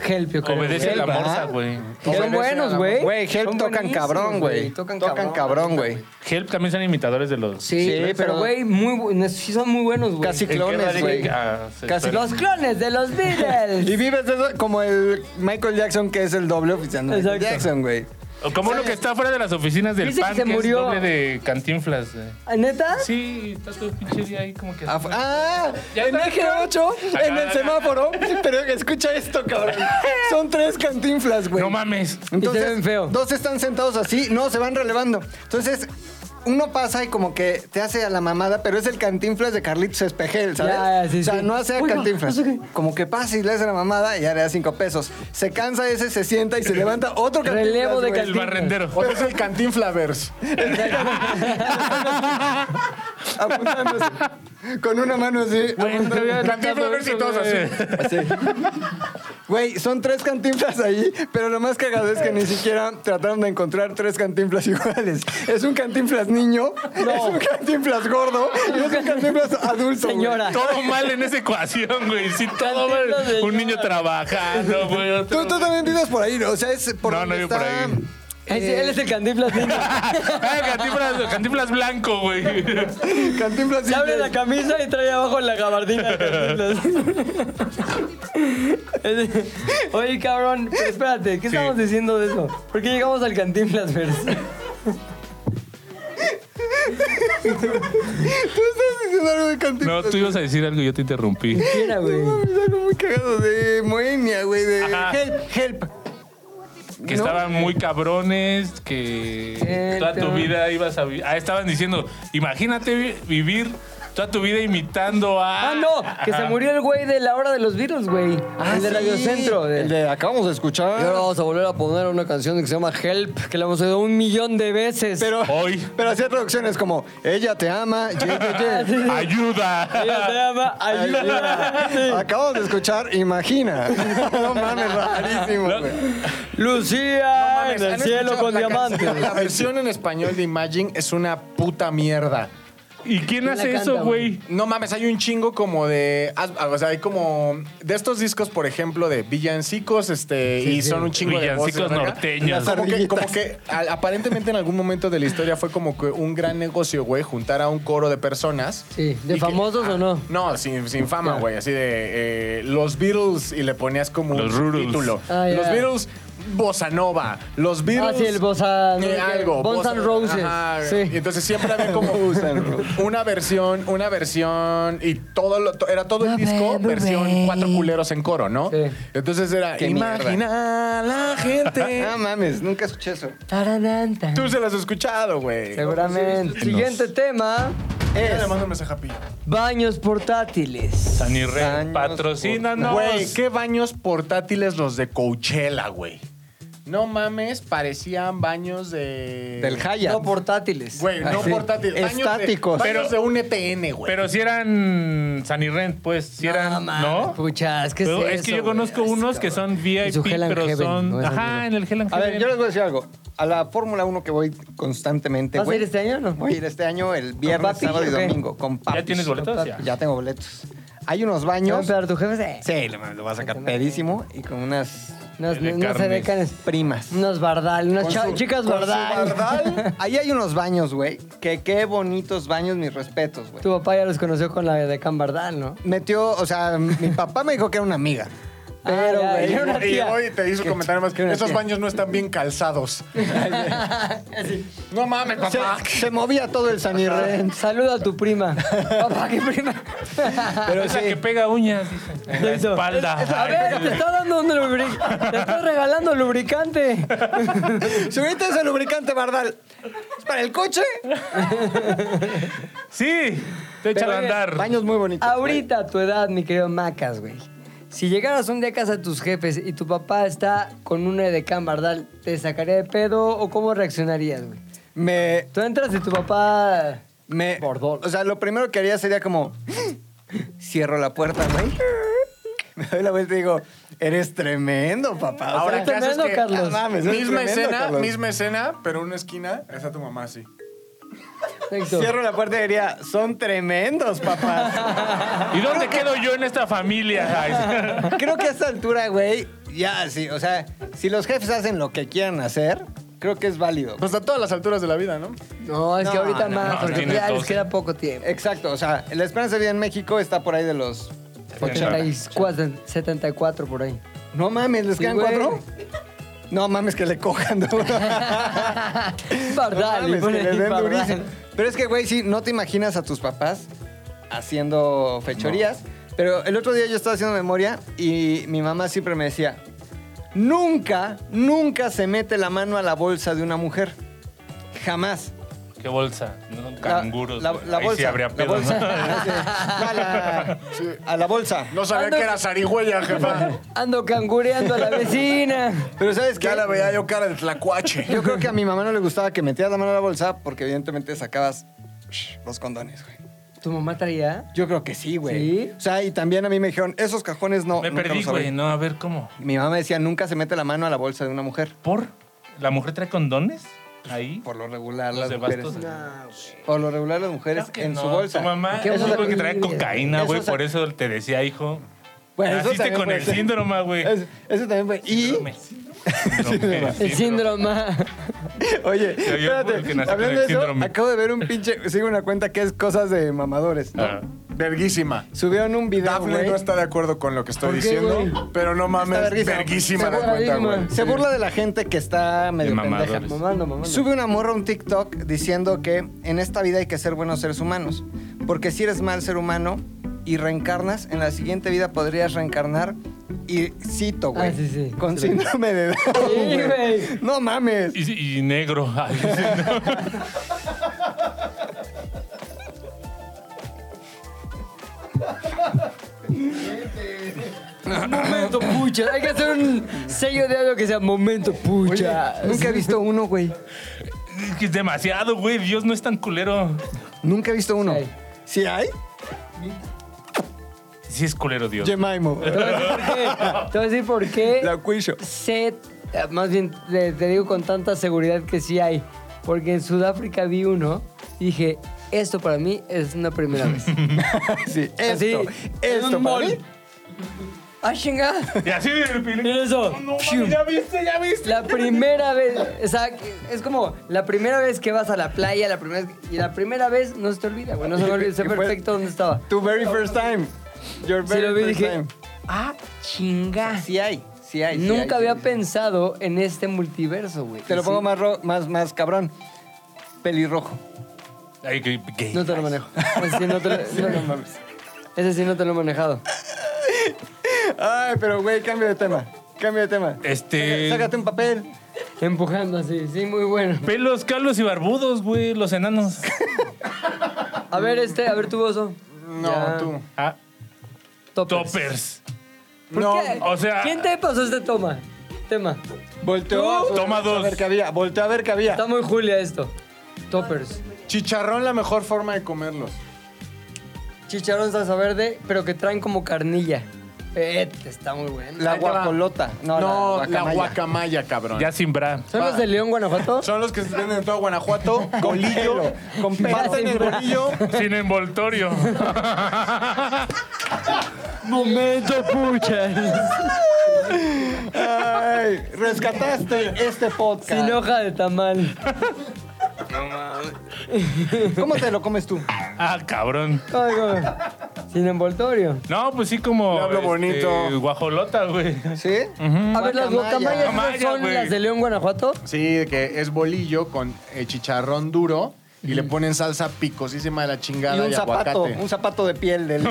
Speaker 1: Help, yo creo.
Speaker 4: Obedece la
Speaker 1: Help, ¿ah?
Speaker 4: morsa, güey.
Speaker 1: Son
Speaker 3: Obedece a
Speaker 1: buenos,
Speaker 3: la-
Speaker 1: güey.
Speaker 3: Güey, Help
Speaker 1: Son
Speaker 3: tocan
Speaker 1: buenísimos,
Speaker 3: cabrón, güey.
Speaker 1: Tocan,
Speaker 3: Tocan cabrón, güey.
Speaker 4: Help también son imitadores de los.
Speaker 1: Sí,
Speaker 3: Sí, pero-
Speaker 1: pero güey, muy bu- sí son muy buenos, güey.
Speaker 3: Casi
Speaker 4: ¿En qué
Speaker 3: clones,
Speaker 4: radica-
Speaker 3: güey.
Speaker 4: Ah, sí,
Speaker 3: Casi
Speaker 4: pero-
Speaker 1: Los clones de los Beatles.
Speaker 3: Y vives de eso como el Michael Jackson, que es el doble oficial de Michael
Speaker 1: Exacto.
Speaker 3: Jackson, güey.
Speaker 4: Como uno que está fuera de las oficinas del
Speaker 1: Dice que
Speaker 4: PAN,
Speaker 1: se
Speaker 4: que,
Speaker 1: murió.
Speaker 4: es doble de Cantinflas. güey.
Speaker 1: ¿Ah, ¿Neta? (laughs)
Speaker 4: Sí, está todo pinche día ahí como que...
Speaker 3: Ah, fue- ah,
Speaker 4: Ya
Speaker 1: en
Speaker 4: está,
Speaker 1: eje 8,
Speaker 4: Acá,
Speaker 1: en el
Speaker 4: acá.
Speaker 1: semáforo. Pero escucha esto, cabrón. Son tres cantinflas, güey.
Speaker 4: no mames.
Speaker 1: Y se ven feo.
Speaker 3: dos están sentados así, no, se van relevando. Entonces, uno pasa y como que te hace a la mamada, pero es el cantinflas de Carlitos Espejel, ¿sabes?
Speaker 1: Ya, ya, sí,
Speaker 3: o sea,
Speaker 1: sí.
Speaker 3: no hace a
Speaker 1: Oiga,
Speaker 3: cantinflas.
Speaker 1: no sé qué.
Speaker 3: Como que pasa y le hace la mamada y ya le da cinco pesos. Se cansa ese, se sienta y se levanta otro cantinflas.
Speaker 1: Relevo de
Speaker 3: güey.
Speaker 4: El barrendero.
Speaker 2: O sea, es el Cantinflavers.
Speaker 3: apuntándose. Con una mano así.
Speaker 4: Güey, nunca (laughs) había notado
Speaker 2: Cantinflavers y
Speaker 4: eso,
Speaker 2: todos
Speaker 4: güey.
Speaker 2: así.
Speaker 3: Güey, son tres cantinflas ahí, pero lo más cagado es que ni siquiera trataron de encontrar tres cantinflas (laughs) iguales. Es un cantinflas niño, es un cantinflas gordo y es un cantinflas adulto. güey.
Speaker 1: Señora.
Speaker 4: Todo mal en esa ecuación, güey. Sí, todo mal.
Speaker 1: Cantinflas de
Speaker 4: Un niño
Speaker 1: llorar.
Speaker 4: trabajando, güey.
Speaker 3: Tú,
Speaker 4: otro-
Speaker 3: tú también vives por ahí, ¿no? O sea, es por
Speaker 4: No,
Speaker 3: donde
Speaker 4: no vivo por
Speaker 3: está-
Speaker 4: ahí.
Speaker 1: Ay, sí, Él es el cantinflas niño.
Speaker 4: Ah, cantinflas, cantinflas blanco, güey.
Speaker 3: Cantinflas
Speaker 1: Se abre
Speaker 3: niño.
Speaker 1: la camisa y trae abajo la gabardina. el Cantinflas. (laughs) Oye, cabrón, pero espérate, ¿qué estamos diciendo de eso? ¿Por qué llegamos al cantinflas verse?
Speaker 3: Tú estás diciendo algo de
Speaker 4: No,
Speaker 3: cantinflas.
Speaker 4: tú ibas a decir algo y yo te interrumpí.
Speaker 1: ¿Qué era, güey?
Speaker 3: Es algo muy cagado de Moenia, güey, de...
Speaker 4: Ajá.
Speaker 3: Help, help.
Speaker 4: Que
Speaker 3: No.
Speaker 4: estaban muy cabrones, que
Speaker 1: Eh,
Speaker 4: toda tu
Speaker 1: no.
Speaker 4: vida ibas a vivir. Ah, estaban diciendo, imagínate vi- vivir toda tu vida imitando a.
Speaker 1: Ah, no, que se
Speaker 4: Ajá.
Speaker 1: murió el güey de la hora de los Beatles, güey. Ah, el de Radio Centro. de-
Speaker 3: Ah, El de acabamos de escuchar.
Speaker 1: Y ahora vamos a volver a poner una canción que se llama Help, que la hemos oído un millón de veces. (laughs)
Speaker 3: Pero,
Speaker 4: Hoy.
Speaker 3: pero hacía traducciones como Ella te ama, ye,
Speaker 1: (laughs) Ah,
Speaker 3: ye, ye.
Speaker 1: Ella se
Speaker 4: Ayuda.
Speaker 1: llama Ayuda. Sí.
Speaker 3: (laughs) Acabamos de escuchar Imagina. (laughs) No mames, rarísimo, güey.
Speaker 1: Lucía
Speaker 2: Mames,
Speaker 1: Ah, en
Speaker 2: ¿han
Speaker 1: el cielo
Speaker 2: escuchado
Speaker 1: con
Speaker 2: la
Speaker 1: diamantes.
Speaker 2: canción? La versión en español de Imagine es una puta mierda.
Speaker 4: ¿Y quién
Speaker 1: la
Speaker 4: hace
Speaker 1: canta,
Speaker 4: eso,
Speaker 1: güey?
Speaker 4: güey?
Speaker 2: No mames, hay un chingo como de. haz- O sea, hay como. De estos discos, por ejemplo, de villancicos, este. y son un chingo de.
Speaker 4: Villancicos
Speaker 2: voces, ¿verdad?
Speaker 4: norteños.
Speaker 2: Como que,
Speaker 3: Ardillitas.
Speaker 2: como que a- aparentemente en algún momento de la historia fue como que un gran negocio, güey, juntar a un coro de personas.
Speaker 1: Sí, ¿de
Speaker 2: Y que- ah,
Speaker 1: famosos o no?
Speaker 2: No, sin, sin fama, güey. Así de eh, los Beatles y le ponías como
Speaker 4: Los
Speaker 2: un
Speaker 4: Rurus.
Speaker 2: título.
Speaker 1: Ah, ya.
Speaker 2: Los Beatles, Bossa Nova. Los Beatles.
Speaker 1: Ah, sí, el Bossa-
Speaker 2: eh, algo.
Speaker 1: Guns
Speaker 2: Bossa-
Speaker 1: N' Roses,
Speaker 2: Ajá,
Speaker 1: sí.
Speaker 2: Y entonces siempre
Speaker 1: (laughs)
Speaker 2: había como una versión, una versión y todo lo- to- era todo el disco, versión cuatro culeros en coro, ¿no?
Speaker 1: Sí.
Speaker 2: Entonces era
Speaker 3: Qué
Speaker 2: imagina a la gente.
Speaker 3: No mames, nunca escuché eso.
Speaker 1: Tararanta.
Speaker 2: Tú se las has escuchado, güey.
Speaker 1: Seguramente. Siguiente tema,
Speaker 2: Ya Le mando un mensaje a Pi.
Speaker 1: baños portátiles.
Speaker 4: San Irre,
Speaker 3: Años
Speaker 4: patrocínanos.
Speaker 2: Güey, qué baños portátiles los de Coachella, güey. No mames, parecían baños de.
Speaker 3: Del Hyatt.
Speaker 1: No portátiles.
Speaker 2: Güey, no
Speaker 3: Así.
Speaker 2: portátiles. baños de-
Speaker 3: Estáticos.
Speaker 2: baños
Speaker 4: Pero-
Speaker 2: de un EPN, güey.
Speaker 4: Pero si eran San Irren, pues, si eran,
Speaker 1: mames,
Speaker 4: ¿no?
Speaker 1: Pucha, es que
Speaker 4: Pero
Speaker 1: es,
Speaker 4: es que
Speaker 1: eso,
Speaker 4: yo conozco
Speaker 1: güey.
Speaker 4: unos que son
Speaker 1: En su
Speaker 4: VIP,
Speaker 1: Hell and
Speaker 4: pero
Speaker 1: Heaven,
Speaker 4: son...
Speaker 1: ¿no? Es
Speaker 4: Ajá, en
Speaker 1: horrible.
Speaker 4: el Hell and
Speaker 3: A ver,
Speaker 4: Heaven.
Speaker 3: yo les voy a decir algo. A la Fórmula 1 que voy constantemente,
Speaker 1: ¿Vas a
Speaker 3: güey.
Speaker 1: ir este año o no?
Speaker 3: Voy a ir este año el viernes,
Speaker 1: papi,
Speaker 3: sábado y
Speaker 1: o qué?
Speaker 3: domingo con papi.
Speaker 4: ¿Ya tienes boletos? Ya.
Speaker 3: Ya tengo boletos. Hay unos
Speaker 1: ¿Te va a
Speaker 3: baños.
Speaker 1: empedar tu jefe?
Speaker 2: eh,
Speaker 3: Sí, lo, lo vas a sacar pedísimo y con unas
Speaker 1: Unos,
Speaker 4: De
Speaker 1: unos
Speaker 4: carnes.
Speaker 1: edecanes.
Speaker 3: primas.
Speaker 1: Unos bardal, unas
Speaker 2: Con
Speaker 1: cha-
Speaker 2: su-
Speaker 1: chicas
Speaker 2: con su
Speaker 1: bardal.
Speaker 2: bardal.
Speaker 3: Ahí hay unos baños, güey. Que qué bonitos baños, mis respetos,
Speaker 1: (laughs)
Speaker 3: güey.
Speaker 1: Tu papá ya los conoció con la de Can Bardal, ¿no?
Speaker 3: Metió, o sea, mi papá me dijo que era una amiga. Pero,
Speaker 1: Ah, ya,
Speaker 3: güey.
Speaker 1: era una
Speaker 2: y
Speaker 1: tía.
Speaker 2: hoy te hizo comentario más
Speaker 3: qué
Speaker 2: que
Speaker 3: una
Speaker 2: esos
Speaker 3: tía.
Speaker 2: baños no están bien calzados. no mames,
Speaker 3: Se,
Speaker 2: papá.
Speaker 3: se movía todo el San Irren.
Speaker 1: Saluda a tu
Speaker 4: (laughs)
Speaker 1: prima. Papá, ¿qué prima?
Speaker 3: Pero
Speaker 4: Es
Speaker 3: sí.
Speaker 4: la que pega uñas, dice. En
Speaker 1: (laughs)
Speaker 4: la
Speaker 1: Eso.
Speaker 4: espalda.
Speaker 1: A ver, este te está dando un lubricante. Te está regalando lubricante.
Speaker 3: Subiste ese lubricante, Bardal. ¿Es para el coche?
Speaker 4: Sí, te echan a
Speaker 1: oye,
Speaker 4: andar.
Speaker 3: Baños muy bonitos.
Speaker 1: Ahorita a tu edad, mi querido Macas, güey. Si llegaras un día a casa de tus jefes y tu papá está con una de Can Bardal, ¿te sacaría de pedo o cómo reaccionarías, güey?
Speaker 3: Me.
Speaker 1: Tú entras y tu papá...
Speaker 3: Me.
Speaker 1: Bordol.
Speaker 3: O sea, lo primero que haría sería como. Cierro la puerta, güey. Me doy la vuelta y digo, eres tremendo, papá. O sea,
Speaker 2: Ahora, ¿qué haces
Speaker 1: tremendo,
Speaker 2: que- Ah,
Speaker 1: Carlos.
Speaker 3: no mames, eres
Speaker 2: misma
Speaker 3: tremendo,
Speaker 2: escena,
Speaker 3: Carlos.
Speaker 2: misma escena, pero en una esquina está tu mamá así.
Speaker 1: Perfecto.
Speaker 3: Cierro la puerta y diría, son tremendos, papás.
Speaker 4: ¿Y dónde quedo yo en
Speaker 3: (laughs)
Speaker 4: esta familia?
Speaker 3: creo que a esta altura, güey, ya sí. O sea, si los jefes hacen lo que quieran hacer, creo que es válido.
Speaker 2: Pues a todas las alturas de la vida, ¿no?
Speaker 1: No, es que
Speaker 3: No,
Speaker 1: ahorita
Speaker 3: no,
Speaker 1: más,
Speaker 4: no,
Speaker 1: porque
Speaker 4: tienes
Speaker 1: ya les
Speaker 4: 12.
Speaker 1: queda poco tiempo.
Speaker 3: Exacto, o sea, la esperanza de vida en México está por ahí de los 80.
Speaker 1: 84, 74 por ahí.
Speaker 3: No mames, ¿les
Speaker 1: Sí,
Speaker 3: quedan
Speaker 1: güey.
Speaker 3: cuatro? No mames, que le cojan.
Speaker 2: (laughs)
Speaker 3: ¿no? No
Speaker 1: Pardal,
Speaker 3: mames,
Speaker 1: pone
Speaker 3: que le
Speaker 1: ahí
Speaker 3: den
Speaker 1: Pardal.
Speaker 3: durísimo. Pero es que, güey, sí, no te imaginas a tus papás haciendo fechorías. Pero el otro día yo estaba haciendo memoria y mi mamá siempre me decía, nunca, nunca se mete la mano a la bolsa de una mujer. Jamás.
Speaker 4: ¿Qué bolsa? No son canguros.
Speaker 3: La, la-
Speaker 4: güey.
Speaker 3: la
Speaker 4: Ahí
Speaker 3: bolsa.
Speaker 4: sí habría
Speaker 3: la
Speaker 4: pedo, ¿no?
Speaker 3: bolsa.
Speaker 2: (laughs)
Speaker 3: A la- a la bolsa.
Speaker 2: No sabía
Speaker 1: Ando-
Speaker 2: que era zarigüeya, jefa. (laughs)
Speaker 1: Ando cangureando a
Speaker 3: (laughs)
Speaker 1: la vecina.
Speaker 3: Pero ¿sabes qué?
Speaker 2: Ya la veía yo cara de tlacuache.
Speaker 3: Yo creo que a mi mamá no le gustaba que metías la mano a la bolsa porque evidentemente sacabas shh, los condones, güey.
Speaker 1: ¿Tu mamá traía?
Speaker 3: Yo creo que sí, güey.
Speaker 1: ¿Sí?
Speaker 3: O sea, y también a mí me dijeron, esos cajones no.
Speaker 4: (laughs) Me
Speaker 3: nunca
Speaker 4: perdí,
Speaker 3: los abrí".
Speaker 4: güey. No, a ver, ¿cómo?
Speaker 3: Mi mamá me decía, nunca se mete la mano a la bolsa de una mujer.
Speaker 4: ¿Por? ¿La mujer trae condones? Ahí.
Speaker 3: Por lo regular,
Speaker 4: Los
Speaker 3: las
Speaker 4: de
Speaker 3: mujeres.
Speaker 4: bastos.
Speaker 3: Ah, Por lo regular, las mujeres
Speaker 4: Claro que
Speaker 3: en
Speaker 4: no,
Speaker 3: su bolsa.
Speaker 4: Tu mamá
Speaker 1: Qué
Speaker 4: es
Speaker 1: bueno.
Speaker 4: porque trae cocaína,
Speaker 3: Eso
Speaker 4: güey.
Speaker 3: es-
Speaker 4: Por eso te decía, hijo.
Speaker 3: Bueno, eso
Speaker 4: naciste
Speaker 3: también
Speaker 4: con
Speaker 3: puede
Speaker 4: el
Speaker 3: ser.
Speaker 4: síndrome,
Speaker 3: (laughs)
Speaker 4: güey.
Speaker 3: Eso, eso también fue. Y,
Speaker 4: Síndrome, síndrome,
Speaker 1: El síndrome.
Speaker 3: (laughs) oye,
Speaker 4: yo porque nací con el
Speaker 3: espérate, hablando de eso,
Speaker 4: síndrome.
Speaker 3: acabo de ver un pinche, sigo una cuenta que es cosas de mamadores. ¿no?
Speaker 4: Ah.
Speaker 2: Verguísima.
Speaker 3: Subieron un video,
Speaker 2: Dafne
Speaker 3: güey.
Speaker 2: no está de acuerdo con lo que estoy
Speaker 1: ¿Por qué,
Speaker 2: diciendo,
Speaker 1: güey?
Speaker 2: pero no mames,
Speaker 3: Está verguísima.
Speaker 2: verguísima
Speaker 1: Está
Speaker 2: la cuenta,
Speaker 1: verguísima.
Speaker 2: güey.
Speaker 3: Se burla de la gente que está medio
Speaker 4: mamadores.
Speaker 3: pendeja.
Speaker 1: Mamando, mamando.
Speaker 3: Sube una morra un TikTok diciendo que en esta vida hay que ser buenos seres humanos. Porque si eres mal ser humano y reencarnas, en la siguiente vida podrías reencarnar y cito, güey.
Speaker 1: Ah, sí, sí.
Speaker 3: Con
Speaker 1: Sí,
Speaker 3: síndrome de Down,
Speaker 1: Sí,
Speaker 3: güey.
Speaker 1: güey.
Speaker 3: No mames.
Speaker 4: Y, y negro. (laughs) Ay, sí, no.
Speaker 1: Momento pucha. Hay que hacer un sello de algo que sea momento
Speaker 3: Oye,
Speaker 1: pucha.
Speaker 3: nunca he visto uno, güey.
Speaker 4: Es que es demasiado, güey. Dios no es tan culero.
Speaker 3: Nunca he visto uno.
Speaker 1: Sí hay.
Speaker 3: ¿Sí hay?
Speaker 4: Sí es culero, Dios.
Speaker 3: Jemaimo.
Speaker 1: Te voy a decir por qué. Te voy a decir por qué.
Speaker 3: La (laughs) cuillo.
Speaker 1: sé, eh, más bien te, te digo con tanta seguridad que sí hay, porque en Sudáfrica vi uno y dije, esto para mí es una primera
Speaker 3: (laughs)
Speaker 1: vez.
Speaker 3: Sí, esto.
Speaker 1: Así, en
Speaker 3: esto,
Speaker 1: un
Speaker 3: para
Speaker 1: mall.
Speaker 3: mí.
Speaker 1: ¡Ah, chinga!
Speaker 4: Y así el pilín.
Speaker 1: Mira eso.
Speaker 4: No, no,
Speaker 1: Fiu.
Speaker 4: ya viste, ya viste.
Speaker 1: La primera vez, o sea, es como la primera vez que vas a la playa, la primera vez- y la primera vez no se te olvida, güey, no se me olvida,
Speaker 3: (laughs)
Speaker 1: sé
Speaker 3: Y fue-
Speaker 1: perfecto dónde estaba.
Speaker 3: Tu very first time. Your
Speaker 1: Sí
Speaker 3: very
Speaker 1: lo vi y
Speaker 3: first
Speaker 1: dije,
Speaker 3: time.
Speaker 1: ¡ah, chinga!
Speaker 3: Sí hay, sí hay. sí hay, sí
Speaker 1: Nunca había
Speaker 3: hay.
Speaker 1: pensado en este multiverso, güey.
Speaker 3: Te lo
Speaker 1: Y
Speaker 3: pongo
Speaker 1: sí,
Speaker 3: más, ro- más, más cabrón. Pelirrojo.
Speaker 4: Ay, qué gay.
Speaker 1: No te lo manejo. (laughs) Ese sí no te lo- no, no. Ese sí no te lo he manejado.
Speaker 3: Ay, pero güey, cambio de tema. Cambio de tema.
Speaker 4: Este-
Speaker 3: Saca- Sácate un papel.
Speaker 1: Empujando así, sí, muy bueno.
Speaker 4: Pelos, calos y barbudos, güey. Los enanos.
Speaker 1: A ver, este, a ver tu oso.
Speaker 2: No,
Speaker 1: Ya.
Speaker 2: tú.
Speaker 4: Ah,
Speaker 1: Toppers.
Speaker 4: toppers.
Speaker 1: ¿Por
Speaker 2: No,
Speaker 1: qué?
Speaker 4: o sea-
Speaker 1: ¿Quién te pasó este toma? Tema.
Speaker 3: Volteó.
Speaker 4: Tú. Toma
Speaker 3: A
Speaker 4: dos.
Speaker 3: ver qué había. Volteó a ver qué había.
Speaker 1: Está muy Julia esto. Toppers.
Speaker 2: Chicharrón la mejor forma de comerlos.
Speaker 1: Chicharrón salsa verde, pero que traen como carnilla. Eh, está muy bueno.
Speaker 3: La
Speaker 1: Ahí te va.
Speaker 3: guacolota. No,
Speaker 2: No,
Speaker 3: la
Speaker 2: la,
Speaker 3: guacamaya.
Speaker 2: guacamaya, cabrón.
Speaker 4: Ya sin bra.
Speaker 1: ¿Son los de León, Guanajuato?
Speaker 2: Son los que se venden en todo
Speaker 3: (laughs)
Speaker 2: Guanajuato. Golillo.
Speaker 3: Con pelo.
Speaker 2: Parten el golillo.
Speaker 4: Sin envoltorio.
Speaker 1: Momento, pucha.
Speaker 3: Ay, rescataste este podcast.
Speaker 1: Sin hoja de tamal.
Speaker 3: ¿Cómo te lo comes tú?
Speaker 4: Ah, cabrón.
Speaker 1: Ay, güey. Sin envoltorio.
Speaker 4: No, pues sí, como.
Speaker 2: Le hablo bonito.
Speaker 4: Guajolota, güey. (laughs)
Speaker 3: ¿Sí?
Speaker 1: A ver, las guacamayas
Speaker 3: Guacamaya.
Speaker 1: ¿no son
Speaker 4: Mm, Guacamaya, güey.
Speaker 1: las de León, Guanajuato.
Speaker 2: Sí, de que es bolillo con eh, chicharrón duro y le ponen salsa picosísima de la
Speaker 1: Ah,
Speaker 3: Y
Speaker 2: chingada y,
Speaker 3: un zapato.
Speaker 2: aguacate.
Speaker 3: Un zapato de
Speaker 1: (laughs)
Speaker 3: piel del.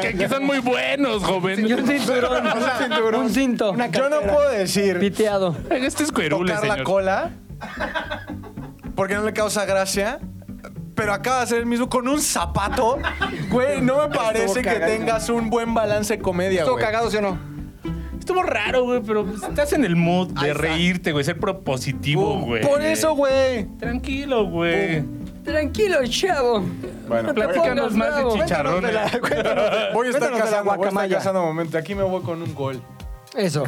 Speaker 4: que aquí son muy buenos, joven.
Speaker 1: Y un
Speaker 2: (laughs)
Speaker 1: cinturón.
Speaker 4: (laughs)
Speaker 1: Un cinto.
Speaker 2: Yo no puedo decir
Speaker 1: Piteado.
Speaker 4: Este es cuerule,
Speaker 2: tocar la
Speaker 4: señor.
Speaker 2: cola porque no le causa gracia. Pero acaba de hacer el mismo con un zapato. Güey, no me parece que
Speaker 3: cagadísimo.
Speaker 2: tengas un buen balance de comedia,
Speaker 3: ¿Estuvo
Speaker 2: güey.
Speaker 3: cagado, sí o no?
Speaker 4: Estuvo raro, güey, pero pues, estás en el mood
Speaker 2: Ahí
Speaker 4: de
Speaker 2: está.
Speaker 4: reírte, güey, ser propositivo,
Speaker 2: Pum,
Speaker 4: Oh, güey.
Speaker 2: Por eso, güey.
Speaker 4: Tranquilo, güey.
Speaker 1: Tranquilo, chavo.
Speaker 2: Bueno,
Speaker 1: Pongas
Speaker 4: Platícanos más de
Speaker 1: bravo.
Speaker 4: chicharrón.
Speaker 3: Cuéntanos de la- cuéntanos-
Speaker 2: voy a estar
Speaker 3: cuéntanos de
Speaker 2: casando,
Speaker 3: la
Speaker 2: voy a estar
Speaker 3: guacamaya.
Speaker 2: casando momento. Aquí me voy con un gol.
Speaker 1: Eso.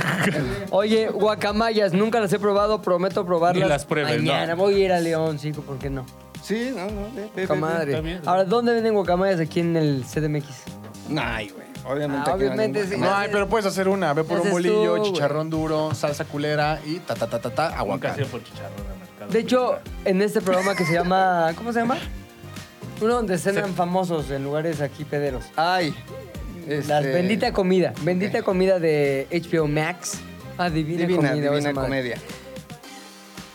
Speaker 1: Oye, guacamayas, nunca las he probado, prometo probarlas.
Speaker 4: Ni las pruebes,
Speaker 1: Mañana
Speaker 4: ¿no?
Speaker 1: voy a ir a León, sí, ¿por qué no?
Speaker 3: Sí, no, no. ve, ve, ve, ve.
Speaker 1: Comadre.
Speaker 4: está bien.
Speaker 1: Ahora, ¿dónde venden guacamayas aquí en el CDMX?
Speaker 3: Ay, güey. Obviamente.
Speaker 1: Ah,
Speaker 3: aquí no hay
Speaker 1: obviamente
Speaker 3: ningún-
Speaker 1: sí.
Speaker 2: No, ay, pero puedes hacer una. Ve por un
Speaker 1: Haces tú,
Speaker 2: bolillo,
Speaker 1: güey.
Speaker 2: chicharrón duro, salsa culera y ta ta ta ta ta
Speaker 4: Nunca ha sido
Speaker 2: aguacate.
Speaker 4: por chicharrón al mercado.
Speaker 1: De hecho, en este programa que se llama. ¿Cómo se llama? Uno donde cenan famosos en lugares aquí pederos.
Speaker 3: Ay. este-
Speaker 1: La bendita comida. Bendita comida de HBO Max. Ah, Divina,
Speaker 3: Divina,
Speaker 1: Comedia.
Speaker 3: divina
Speaker 1: esa madre.
Speaker 3: comedia.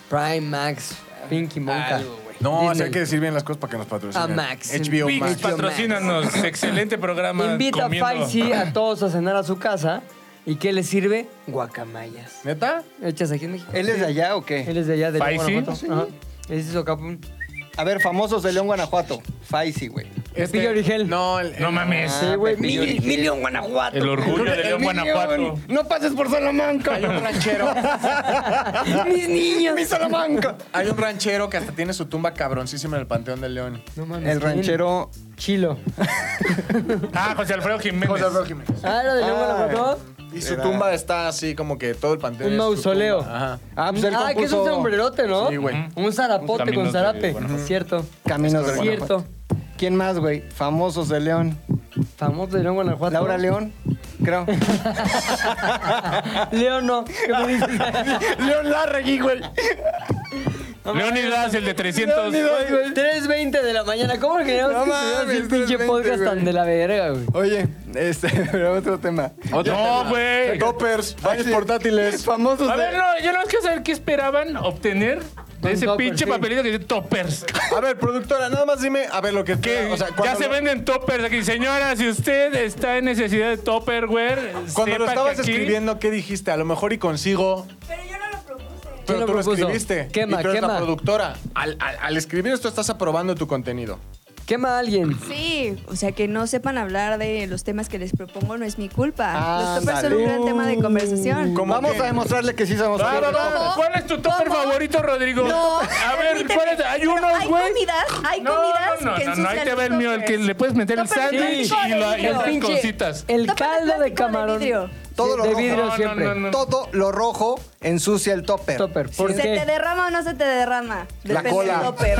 Speaker 1: Prime Max, Pinky Monka.
Speaker 3: Algo, güey.
Speaker 2: No, o sea,
Speaker 1: Disney.
Speaker 2: hay que decir bien las cosas para que nos patrocinen.
Speaker 1: A Max.
Speaker 2: HBO
Speaker 1: Big
Speaker 2: Max.
Speaker 4: Pix, patrocínanos. Excelente programa.
Speaker 1: Invita
Speaker 4: comiendo.
Speaker 1: a Faisy a todos a cenar a su casa. ¿Y qué le sirve? Guacamayas.
Speaker 2: ¿Neta?
Speaker 1: Hechas aquí en México.
Speaker 3: ¿Él es de allá o
Speaker 1: Él
Speaker 3: qué?
Speaker 1: es de allá, de León,
Speaker 4: ¿Faisy?
Speaker 1: Guanajuato.
Speaker 4: Sí.
Speaker 1: Ajá. Ese es
Speaker 3: (laughs)
Speaker 1: Ocapun.
Speaker 3: A ver, famosos de León, Guanajuato. Faisy, güey.
Speaker 1: Pepillo Origel.
Speaker 2: Este, No, el-
Speaker 4: No mames.
Speaker 1: Sí, güey.
Speaker 3: Ah, Pepillo
Speaker 1: Mil-
Speaker 3: Origel.
Speaker 1: Milión Guanajuato.
Speaker 4: El orgullo de León,
Speaker 3: El
Speaker 4: Guanajuato.
Speaker 3: Minion. No pases por Salamanca.
Speaker 2: Hay un ranchero.
Speaker 1: (laughs) Mis
Speaker 3: (laughs)
Speaker 1: niños.
Speaker 3: Mi Salamanca.
Speaker 2: hay un ranchero que hasta tiene su tumba cabroncísima en el Panteón del León.
Speaker 1: No mames,
Speaker 3: El
Speaker 1: ¿quién?
Speaker 3: ranchero.
Speaker 1: Chilo.
Speaker 4: Ah, José Alfredo Jiménez.
Speaker 1: Ah, lo de León
Speaker 3: Ah.
Speaker 1: Guanajuato.
Speaker 2: Y su tumba está así como que todo el panteón.
Speaker 1: Un
Speaker 2: es su
Speaker 1: mausoleo.
Speaker 2: tumba. Ajá.
Speaker 3: Ah, pues él
Speaker 1: Ah, que es un
Speaker 3: compuso
Speaker 1: sombrerote, ¿no?
Speaker 2: Sí, güey.
Speaker 1: Un zarapote
Speaker 4: Caminos
Speaker 1: con
Speaker 4: de
Speaker 1: zarape.
Speaker 4: Guanajuato.
Speaker 1: Cierto.
Speaker 3: Caminos de
Speaker 1: Cierto.
Speaker 3: Guanajuato. ¿Quién más, güey? Famosos de León.
Speaker 1: Famoso de León Guanajuato.
Speaker 3: Laura León, creo.
Speaker 1: (laughs) León no. ¿Qué me
Speaker 4: (laughs)
Speaker 1: dices?
Speaker 3: León Larregui, güey.
Speaker 4: Leonidas, el de 300.
Speaker 1: 3.20 de la mañana. ¿Cómo queríamos
Speaker 3: No
Speaker 1: que estuvieras
Speaker 3: mames,
Speaker 1: el pinche
Speaker 3: 3:20,
Speaker 1: podcast tan
Speaker 3: güey.
Speaker 1: de la verga, güey?
Speaker 3: Oye,
Speaker 2: (laughs)
Speaker 3: este, pero otro tema.
Speaker 4: No, güey.
Speaker 2: Toppers, baños portátiles.
Speaker 3: Famosos
Speaker 4: A
Speaker 3: de...
Speaker 4: ver, no, yo no quiero saber qué esperaban obtener de
Speaker 1: Un
Speaker 4: ese
Speaker 1: topper,
Speaker 4: pinche
Speaker 1: sí.
Speaker 4: papelito que dice toppers.
Speaker 2: A ver, productora, nada más dime, a ver lo que.
Speaker 4: Que
Speaker 2: O sea,
Speaker 4: ya
Speaker 2: cuando
Speaker 4: se
Speaker 2: lo-
Speaker 4: venden toppers aquí. Señora, si usted está en necesidad de topperware,
Speaker 2: Cuando
Speaker 4: sepa
Speaker 2: lo
Speaker 4: que
Speaker 2: estabas
Speaker 4: aquí-
Speaker 2: escribiendo, ¿qué dijiste? A lo mejor y consigo.
Speaker 5: Pero yo no lo propuse.
Speaker 2: Pero
Speaker 1: lo
Speaker 2: tú lo
Speaker 1: propuso?
Speaker 2: escribiste.
Speaker 1: Quema,
Speaker 2: y tú eres la
Speaker 1: quema.
Speaker 2: productora. Al, al- al escribir esto estás aprobando tu contenido.
Speaker 1: Quema a alguien.
Speaker 5: Sí, o sea que no sepan hablar de los temas que les propongo no es mi culpa. los toppers son
Speaker 3: Ándale.
Speaker 5: un gran tema de conversación.
Speaker 2: ¿Cómo
Speaker 3: Vamos
Speaker 2: que?
Speaker 3: a demostrarle que sí somos...
Speaker 4: Va, va, va.
Speaker 5: ¿Cómo?
Speaker 4: ¿Cuál es tu topper
Speaker 5: ¿Cómo?
Speaker 4: favorito, Rodrigo?
Speaker 5: No,
Speaker 4: a ver,
Speaker 5: permíteme.
Speaker 4: ¿cuál es? Hay
Speaker 5: Pero
Speaker 4: unos,
Speaker 5: Hay
Speaker 4: güey.
Speaker 5: comidas, hay
Speaker 4: No,
Speaker 5: comidas
Speaker 4: no, no,
Speaker 5: que
Speaker 4: no,
Speaker 5: ensucian
Speaker 4: ahí te
Speaker 5: los
Speaker 4: va el mío, el que
Speaker 5: toppers.
Speaker 4: le puedes meter el
Speaker 5: Toppers
Speaker 4: sándwich
Speaker 5: blanco
Speaker 4: y,
Speaker 5: de
Speaker 4: lo- y
Speaker 5: vidrio.
Speaker 4: otras
Speaker 1: Pinche-
Speaker 4: cositas.
Speaker 1: El
Speaker 5: Toppers
Speaker 1: caldo de
Speaker 5: plástico de
Speaker 1: camarón.
Speaker 5: vidrio.
Speaker 3: Todo lo
Speaker 1: de
Speaker 3: rojo.
Speaker 1: vidrio
Speaker 4: No, no,
Speaker 1: siempre.
Speaker 4: no, no.
Speaker 3: Todo lo rojo ensucia el topper.
Speaker 1: Topper. ¿Por
Speaker 5: ¿Se te
Speaker 1: qué?
Speaker 5: derrama o no se te derrama?
Speaker 3: La
Speaker 5: Depende
Speaker 3: cola.
Speaker 5: del topper.